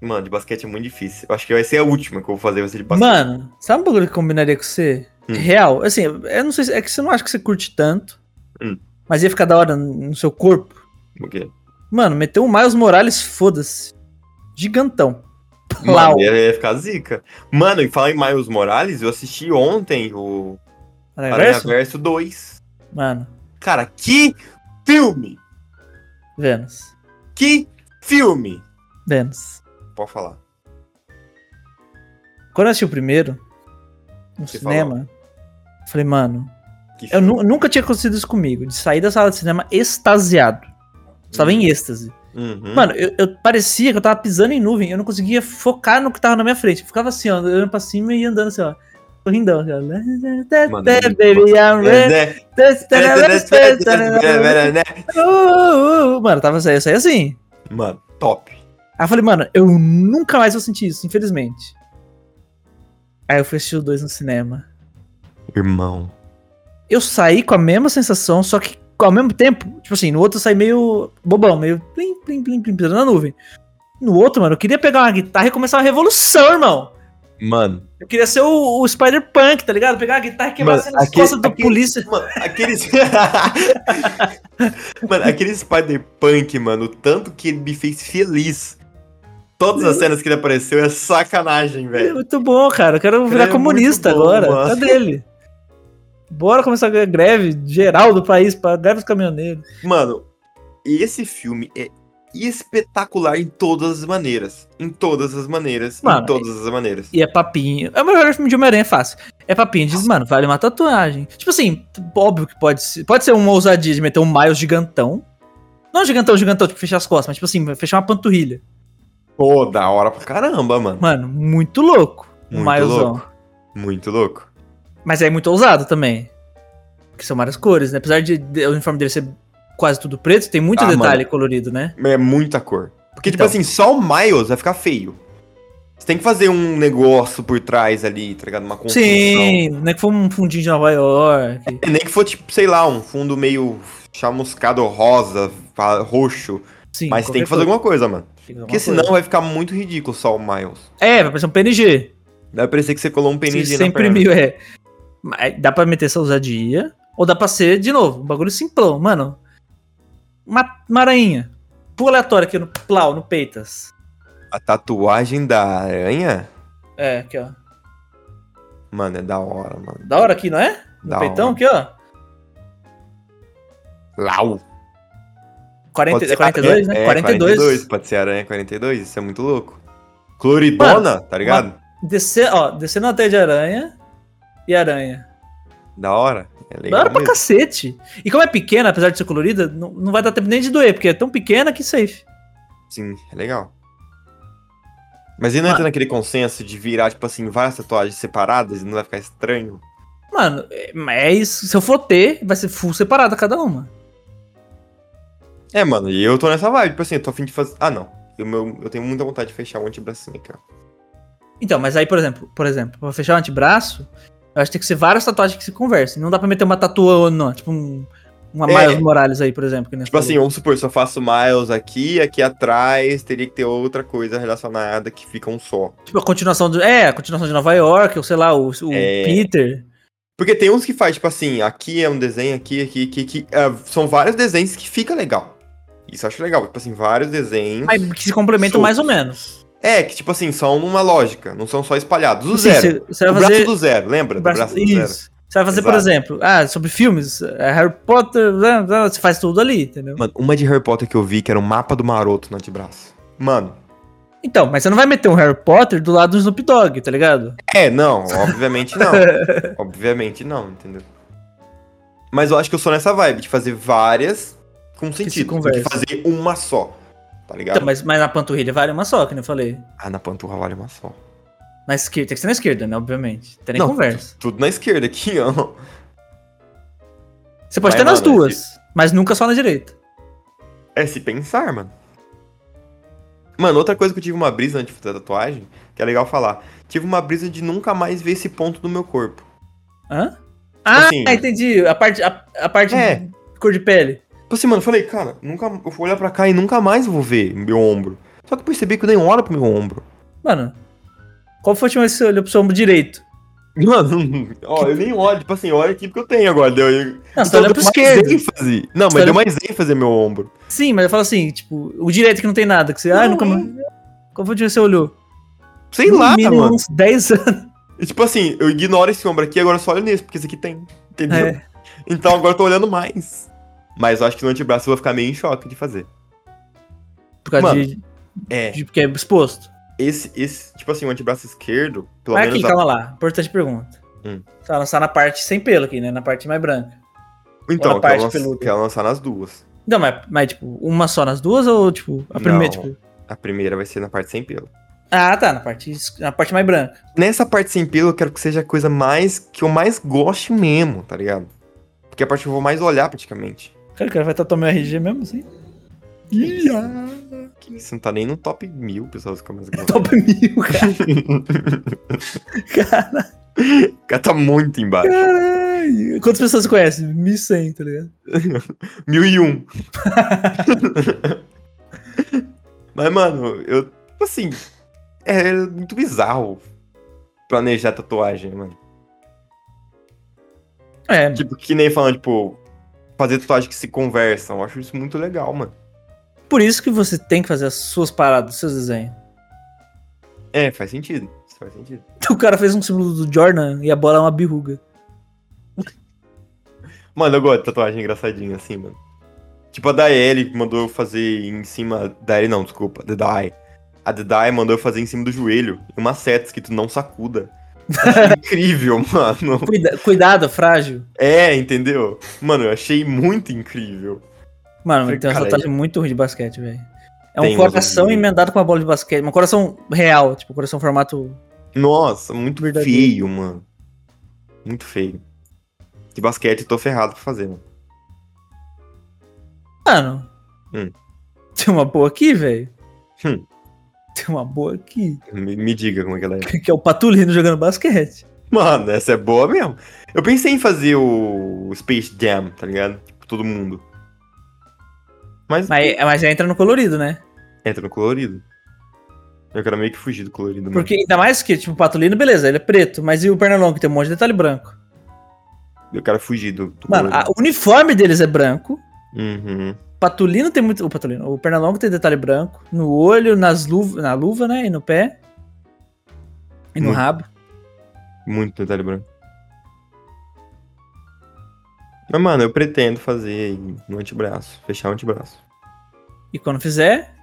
A: Mano, de basquete é muito difícil. Eu acho que vai ser a última que eu vou fazer, vai ser de basquete.
B: Mano, sabe um bagulho que combinaria com você?
A: Hum.
B: Real, assim, eu não sei, se- é que você não acha que você curte tanto,
A: Hum.
B: mas ia ficar da hora no seu corpo.
A: O quê?
B: Mano, meteu o Miles Morales, foda-se. Gigantão. Plau.
A: Mano, ia, ia ficar zica. Mano, e falar em Miles Morales, eu assisti ontem o
B: Aranha
A: Aranha
B: Verso?
A: Verso 2.
B: é Mano,
A: Cara, que filme!
B: Vênus.
A: Que filme!
B: Vênus.
A: Pode falar.
B: Quando eu assisti o primeiro, no
A: Você
B: cinema, eu falei, mano,
A: Que
B: eu
A: filme.
B: nu- nunca tinha acontecido isso comigo, de sair da sala de cinema extasiado. Eu Estava
A: Hum.
B: em êxtase.
A: Uhum.
B: Mano, eu, eu parecia que eu tava pisando em nuvem, eu não conseguia focar no que tava na minha frente. Eu ficava assim, ó, olhando pra cima e andando assim, ó. Corrindão, assim, ó.
A: Mano,
B: Baby, I'm ready.
A: É, né? É, né?
B: Uh, uh, uh. Mano, eu tava assim, eu saí assim.
A: Mano, top.
B: Aí eu falei, mano, eu nunca mais vou sentir isso, infelizmente. Aí eu fui assistir o 2 no cinema.
A: Irmão.
B: Eu saí com a mesma sensação, só que ao mesmo tempo, tipo assim, no outro eu saí meio bobão, meio plim, plim, plim, plim, pisando na nuvem. No outro, mano, eu queria pegar uma guitarra e começar uma revolução, irmão.
A: Mano.
B: Eu queria ser o, o Spider-Punk, tá ligado? Pegar a guitarra e quebrar
A: Mano,
B: assim nas
A: aquele-
B: costas do
A: aquele-
B: polícia.
A: Mano, aqueles. mano, aquele Spider-Punk, mano, o tanto que ele me fez feliz. Todas as cenas que ele apareceu é sacanagem,
B: É
A: velho.
B: muito bom, cara. Eu quero
A: Cara,
B: virar
A: é
B: comunista
A: muito bom,
B: agora.
A: mano.
B: Cadê ele? Bora começar a greve geral do país, pra greve dos caminhoneiros.
A: Mano, esse filme é espetacular em todas as maneiras. Em todas as maneiras.
B: Mano,
A: em todas as maneiras.
B: E é papinho. É o melhor filme de Homem-Aranha, é fácil. É papinho, diz, mano, vale uma tatuagem. Tipo assim, óbvio que pode ser. Pode ser uma ousadia de meter um Miles gigantão. Não gigantão, gigantão, tipo, fechar as costas, mas tipo assim, fechar uma panturrilha.
A: Pô, da hora pra caramba, mano.
B: Mano, muito louco. Um
A: Muito
B: Milesão.
A: louco. Muito louco.
B: Mas é muito ousado também. Que são várias cores, né? Apesar de, de- o uniforme dele ser quase tudo preto, tem muito
A: Ah,
B: detalhe colorido, né?
A: É muita cor. Porque,
B: Então.
A: tipo assim, só o Miles vai ficar feio. Você tem que fazer um negócio por trás ali, tá ligado? Uma construção.
B: Sim, né? Que foi um fundinho de Nova York.
A: É, nem que for, tipo, sei lá, um fundo meio chamuscado rosa, fa- roxo.
B: Sim, Então,
A: mas tem
B: qualquer
A: que fazer
B: coisa.
A: alguma coisa, mano.
B: Tem que fazer alguma
A: Porque senão vai ficar muito ridículo só o Miles.
B: coisa. É, vai parecer um PNG.
A: Vai parecer que você colou um
B: PNG
A: PNG
B: Você
A: na perna.
B: imprimiu, é. Mas dá pra meter essa ousadia. Ou dá pra ser, de novo, um bagulho simplão, mano. Uma maranhinha. Pula aleatório aqui no plau, no peitas.
A: A tatuagem da aranha,
B: É, aqui, ó.
A: mano, é da hora, mano.
B: Da hora aqui, não é? No
A: Da
B: peitão,
A: hora.
B: aqui, ó.
A: Lau.
B: 40, é
A: ser
B: 42,
A: aranha-
B: né?
A: é,
B: 42.
A: Pode ser aranha 42, isso é muito louco. Cloridona, tá ligado?
B: Descer, ó, descendo na teia de aranha e aranha.
A: Da hora. É
B: Da
A: legal
B: hora pra
A: mesmo.
B: cacete. E como é pequena, apesar de ser colorida, não, não vai dar tempo nem de doer, porque é tão pequena que safe.
A: Sim, é legal. Mas e não entra naquele consenso de virar, tipo assim, várias tatuagens separadas e não vai ficar estranho?
B: Mano, é- mas se eu for ter, vai ser full separada cada uma.
A: É, mano, e eu tô nessa vibe, tipo assim, eu tô afim de fazer. Ah, não. Eu, meu- eu tenho muita vontade de fechar um antebracinho aqui, ó.
B: Então, mas aí, por exemplo, por exemplo, pra fechar o antebraço, eu acho que tem que ser várias tatuagens que se conversem. Não dá pra meter uma tatuagem, não. Tipo um, uma
A: É.
B: Miles Morales aí, por exemplo. Que nem
A: Tipo
B: falou.
A: assim, vamos supor, se eu faço Miles aqui, aqui atrás, teria que ter outra coisa relacionada que fica um só.
B: Tipo a continuação do. É, a continuação de Nova York, ou sei lá, o, o
A: É.
B: Peter.
A: Porque tem uns que faz, tipo assim, aqui é um desenho, aqui, aqui, aqui, aqui. é, são vários desenhos que fica legal. Isso eu acho legal, tipo assim, vários desenhos.
B: Mas que se complementam mais ou menos.
A: É, que tipo assim, são uma lógica, não são só espalhados. Do
B: Sim,
A: zero.
B: você- Tipo assim, você vai
A: o braço
B: fazer-
A: do zero, lembra? do
B: Braço-
A: braço do zero.
B: isso. Você vai fazer, por
A: Exato.
B: exemplo, ah, sobre filmes, é, Harry Potter, blá, blá, você faz tudo ali, entendeu?
A: Mano, uma de Harry Potter que eu vi que era um mapa do maroto no antebraço. Mano,
B: Então, mas você não vai meter um Harry Potter do lado do Snoop Dogg, tá ligado?
A: é, não, obviamente não. obviamente não, entendeu? Mas eu acho que eu sou nessa vibe de fazer várias com
B: se
A: sentido. do
B: conversam.
A: que fazer uma só. Tá ligado?
B: Então, mas, mas na panturrilha vale uma só, que nem eu falei.
A: Ah, na panturra vale uma só.
B: Na esquerda, tem que ser na esquerda, né? Obviamente. Tem nem
A: Não,
B: conversa.
A: Tudo na esquerda aqui, ó.
B: Você
A: mas,
B: pode ter nas
A: mano,
B: duas, mas nunca só na direita.
A: É se pensar, mano. Mano, outra coisa que eu tive uma brisa antes de fazer a tatuagem, que é legal falar. Tive uma brisa de nunca mais ver esse ponto do meu corpo.
B: Hã? Ah,
A: assim-
B: entendi. A parte, a, a parte
A: É.
B: de cor de pele.
A: Tipo assim, mano, eu falei, cara, nunca, eu vou olhar pra cá e nunca mais vou ver meu ombro. Só que eu percebi que eu nem olho pro meu ombro.
B: Mano, qual foi a última vez que você olhou pro seu ombro direito?
A: Mano, ó, eu nem olho, tipo assim, olha aqui porque eu tenho agora. Deu, eu,
B: Não, você
A: então,
B: tá olhando
A: deu
B: pro
A: mais
B: esquerdo.
A: ênfase. Não,
B: Você
A: mas
B: olha-
A: deu mais ênfase ao meu ombro.
B: Sim, mas eu falo assim, tipo, o direito que não tem nada, que você. Ah,
A: Não,
B: nunca
A: é.
B: mais. Qual foi a última vez que você olhou?
A: Sei
B: No
A: lá,
B: mínimo
A: mano.
B: Uns 10 anos.
A: E, tipo assim, eu ignoro esse ombro aqui agora eu só olho nesse, porque esse aqui tem. Entendeu?
B: É.
A: Então agora eu tô olhando mais. Mas eu acho que no antebraço eu vou ficar meio em choque de fazer.
B: Por causa
A: Mano,
B: de,
A: É.
B: de. Porque é exposto.
A: Esse, esse, tipo assim, o antebraço esquerdo, pelo
B: Mas
A: menos.
B: aqui,
A: a-
B: calma lá. Importante pergunta.
A: Hum.
B: Você vai lançar na parte sem pelo aqui, né? Na parte mais branca.
A: Então,
B: Olha a
A: eu quero,
B: parte
A: lança-
B: peluda.
A: quero lançar nas duas.
B: Não, mas, mas, tipo, uma só nas duas ou, tipo, a primeira,
A: Não.
B: tipo.
A: A primeira vai ser na parte sem pelo.
B: Ah, tá, na parte, es- na parte mais branca.
A: Nessa parte sem pelo, eu quero que seja a coisa mais que eu mais goste mesmo, tá ligado? Porque é a parte que eu vou mais olhar praticamente.
B: Cara, o cara vai tatuar meu RG mesmo assim? ah.
A: Que isso não tá nem no top mil, pessoal, que eu mais gosto.
B: Top mil, cara. cara.
A: O cara tá muito embaixo.
B: Caralho. Quantas pessoas você conhece? 1.100, tá ligado?
A: Mil e um. Mas, mano, eu. Tipo assim. É muito bizarro planejar tatuagem, mano.
B: É,
A: Tipo, que nem falando, tipo, fazer tatuagem que se conversam. Eu acho isso muito legal, mano.
B: por isso que você tem que fazer as suas paradas, os seus desenhos.
A: É, faz sentido. Isso faz sentido.
B: O cara fez um símbolo do Jordan e a bola é uma birruga.
A: Mano, eu gosto de tatuagem engraçadinha assim, mano. Tipo, a Daeli mandou eu fazer em cima. Daeli não, desculpa. The Dai. A The Dai mandou eu fazer em cima do joelho. Uma seta escrito não sacuda. Achei incrível, mano.
B: Cuida- cuidado, frágil.
A: É, entendeu? Mano, eu achei muito incrível.
B: Mano, mas tem uma
A: Cara,
B: tatuagem muito ruim de basquete, velho. É um
A: Tem umas
B: coração
A: horríveis.
B: emendado com uma bola de basquete. Um coração real, tipo, coração formato.
A: Nossa, muito
B: Verdadeiro.
A: feio, mano. Muito feio. De basquete, eu tô ferrado pra fazer, mano.
B: Mano.
A: Hum.
B: Tem uma boa aqui, velho.
A: Hum.
B: Tem uma boa aqui.
A: Me, me diga como é que ela é.
B: Que é o Patulino jogando basquete.
A: Mano, essa é boa mesmo. Eu pensei em fazer o Space Jam, tá ligado? Tipo, todo mundo. Mas,
B: Mas, mas já entra no colorido, né?
A: entra no colorido. Eu quero meio que fugir do colorido, mano.
B: Porque ainda mais que, tipo, o Patulino, beleza, ele é preto. Mas e o Pernalongo, que tem um monte de detalhe branco.
A: Eu quero fugir do, do
B: Mano, a-
A: colorido.
B: o uniforme deles é branco.
A: Uhum.
B: Patulino tem muito. O Patulino, o Pernalongo tem detalhe branco. No olho, nas luva, na luva, né? E no pé. E no
A: Muito.
B: rabo.
A: Muito detalhe branco. Mas, mano, eu pretendo fazer no antebraço. Fechar o antebraço.
B: E quando fizer.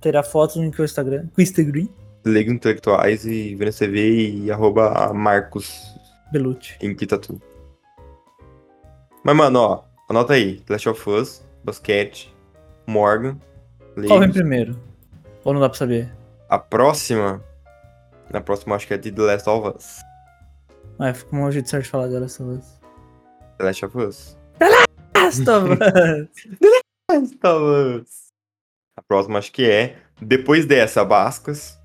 B: Terá fotos no que o Instagram. Com o Instagram.
A: Liga Intelectuais e vendo CV e arroba Marcos
B: Belucci.
A: em Kitatu. Mas, mano, ó, anota aí. Last of Us, Basquete, Morgan,
B: Qual vem
A: Lakers.
B: primeiro? Ou não dá pra saber?
A: A próxima. Na próxima acho que é de The Last of Us.
B: Ah, ficou um jeito certo de falar dela essa vez.
A: The Last of Us.
B: Basta, mano.
A: Last of Us. A próxima acho que é. Depois dessa, Bascas.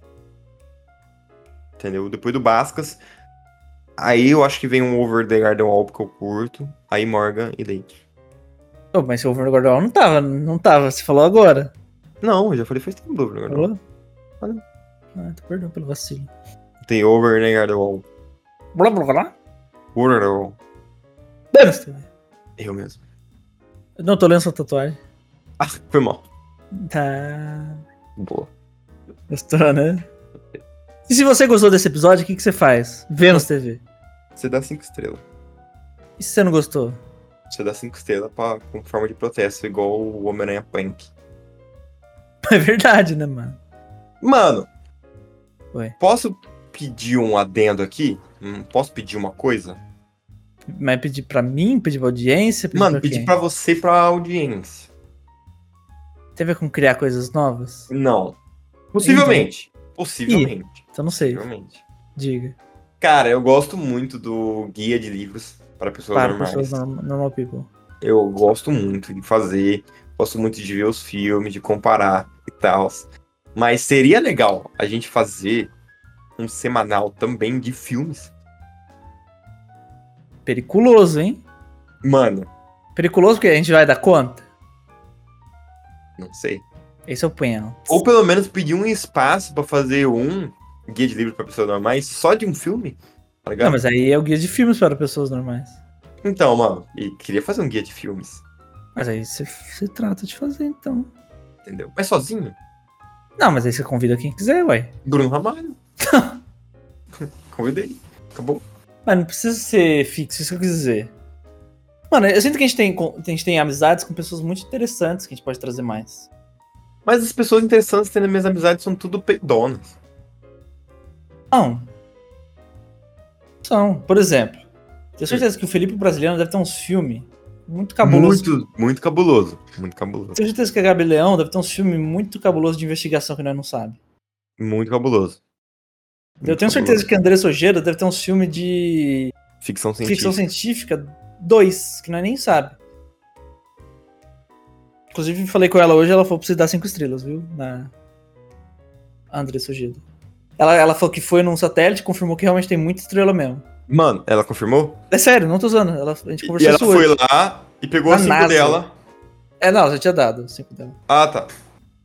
A: Entendeu? Depois do Bascas. Aí eu acho que vem um Over the Garden Wall que eu curto. Aí Morgan e Lake.
B: Ô, mas o Over Guardiola não tava, não tava. Você falou agora.
A: Não, eu já falei faz tempo do Over the Garden Wall.
B: Falou?
A: Falou.
B: Ah, então perdão pelo vacilo.
A: Tem Over the Garden Wall.
B: Blá blá blá.
A: Over the Wall.
B: Dane-se.
A: Eu mesmo.
B: Eu Não, tô lendo sua tatuagem.
A: Ah, foi mal.
B: Tá.
A: Boa.
B: Gostou, né? E se você gostou desse episódio, o que, que você faz? Vênus TV.
A: Você dá cinco estrelas.
B: E se você não gostou?
A: Você dá cinco estrelas pra, com forma de protesto, igual o Homem-Aranha Punk.
B: É verdade, né, mano?
A: Mano,
B: Oi.
A: posso pedir um adendo aqui? Hum, Posso pedir uma coisa?
B: Mas pedir pra mim, pedir pra audiência? Pedir
A: Mano,
B: pra
A: pedir
B: quem?
A: pra você e pra audiência.
B: Tem a ver com criar coisas novas?
A: Não. Possivelmente. Possivelmente.
B: Então não sei.
A: Possivelmente.
B: Diga.
A: Cara, eu gosto muito do guia de livros para pessoas
B: Para
A: normais.
B: pessoas norm- normal people.
A: Eu gosto muito de fazer, gosto muito de ver os filmes, de comparar e tal. Mas seria legal a gente fazer um semanal também de filmes.
B: Periculoso, hein?
A: Mano,
B: Periculoso porque a gente vai dar conta.
A: não sei.
B: Esse é o penal.
A: Ou pelo menos pedir um espaço pra fazer um guia de livro pra pessoas normais só de um filme. Tá ligado?
B: Não, mas aí é o guia de filmes para pessoas normais.
A: Então, mano, e queria fazer um guia de filmes,
B: Mas aí você, você trata de fazer, então.
A: entendeu? Mas sozinho,
B: Não, mas aí você convida quem quiser, ué.
A: Bruno Ramalho. Convidei. Acabou.
B: Mas não precisa ser fixo, isso que eu quis dizer. Mano, eu sinto que a gente, tem, con- a gente tem amizades com pessoas muito interessantes que a gente pode trazer mais.
A: Mas as pessoas interessantes tendo minhas amizades são tudo peidonas.
B: Não. São. Por exemplo, tenho certeza que o Felipe Brasiliano deve ter uns filmes muito cabuloso.
A: Muito, muito cabuloso. Muito cabuloso.
B: Tenho certeza que a Gabi Leão deve ter uns filmes muito cabuloso de investigação que nós não sabe.
A: Muito cabuloso.
B: Eu tenho certeza que a Andressa Ojeira deve ter uns filmes de
A: que. Ficção científica.
B: ficção científica 2, que nós nem sabe. Inclusive, falei com ela hoje, ela falou pra você dar 5 estrelas, viu? Na Andressa Ojeira. Ela, ela falou que foi num satélite, confirmou que realmente tem muita estrela mesmo.
A: Mano, ela confirmou?
B: É sério, não tô usando. Ela, a gente
A: E
B: conversou
A: ela
B: isso hoje.
A: foi lá e pegou
B: Na
A: a cinco
B: NASA.
A: dela.
B: É, não, já tinha dado 5 dela.
A: Ah, tá.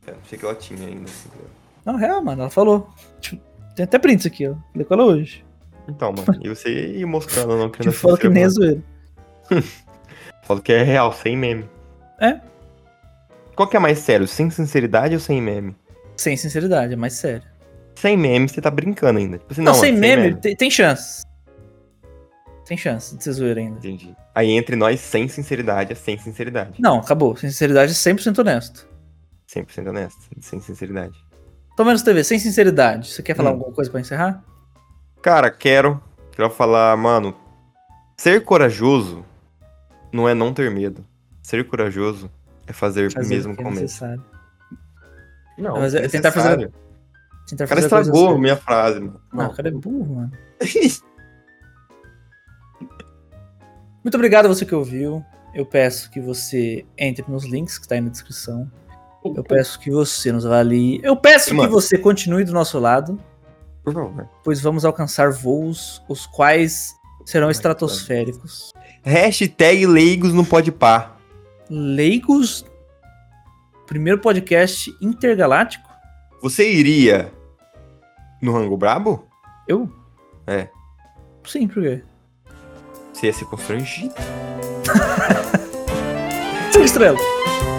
A: É, achei que ela tinha ainda. assim, dela.
B: Não, real, mano, ela falou. Tipo, tem até prints aqui, ó. Falei com ela hoje.
A: Então, mano, e você ir mostrando não querendo
B: Tipo, falou que nem é
A: mano.
B: zoeira.
A: Falo que é real, sem meme.
B: É.
A: Qual que é mais sério, sem sinceridade ou sem meme?
B: Sem sinceridade, é mais sério.
A: Sem meme, você tá brincando ainda. Tipo assim,
B: Não,
A: mano,
B: sem meme, Tem, tem chance. Tem chance de ser zoeira ainda.
A: Entendi. Aí entre nós, sem sinceridade, é sem sinceridade.
B: Não, acabou. Sinceridade 100% honesto.
A: 100% honesto, sem sinceridade.
B: Tomando TV, sem sinceridade. Você quer falar
A: Hum.
B: alguma coisa pra encerrar?
A: Cara, quero. Quero falar, mano. Ser corajoso não é não ter medo. Ser corajoso é fazer,
B: Fazer
A: mesmo
B: o que é
A: com medo.
B: necessário.
A: Não,
B: Mas é
A: é
B: tentar fazer-
A: necessário.
B: Tentar
A: O cara
B: fazer a coisa
A: estragou a
B: certa.
A: minha frase, mano.
B: Não, o cara é burro, mano. Muito obrigado a você que ouviu. Eu peço que você entre nos links que tá aí na descrição. Eu peço que você nos avalie. Eu peço que
A: Mano.
B: você continue do nosso lado,
A: Por favor.
B: pois vamos alcançar voos os quais serão
A: Ai,
B: estratosféricos.
A: Hashtag leigos não pode par.
B: Leigos, primeiro podcast intergaláctico?
A: Você iria no Rango Brabo?
B: Eu?
A: É.
B: Sim, por quê?
A: Você ia se constrangido?
B: Cinco estrelas.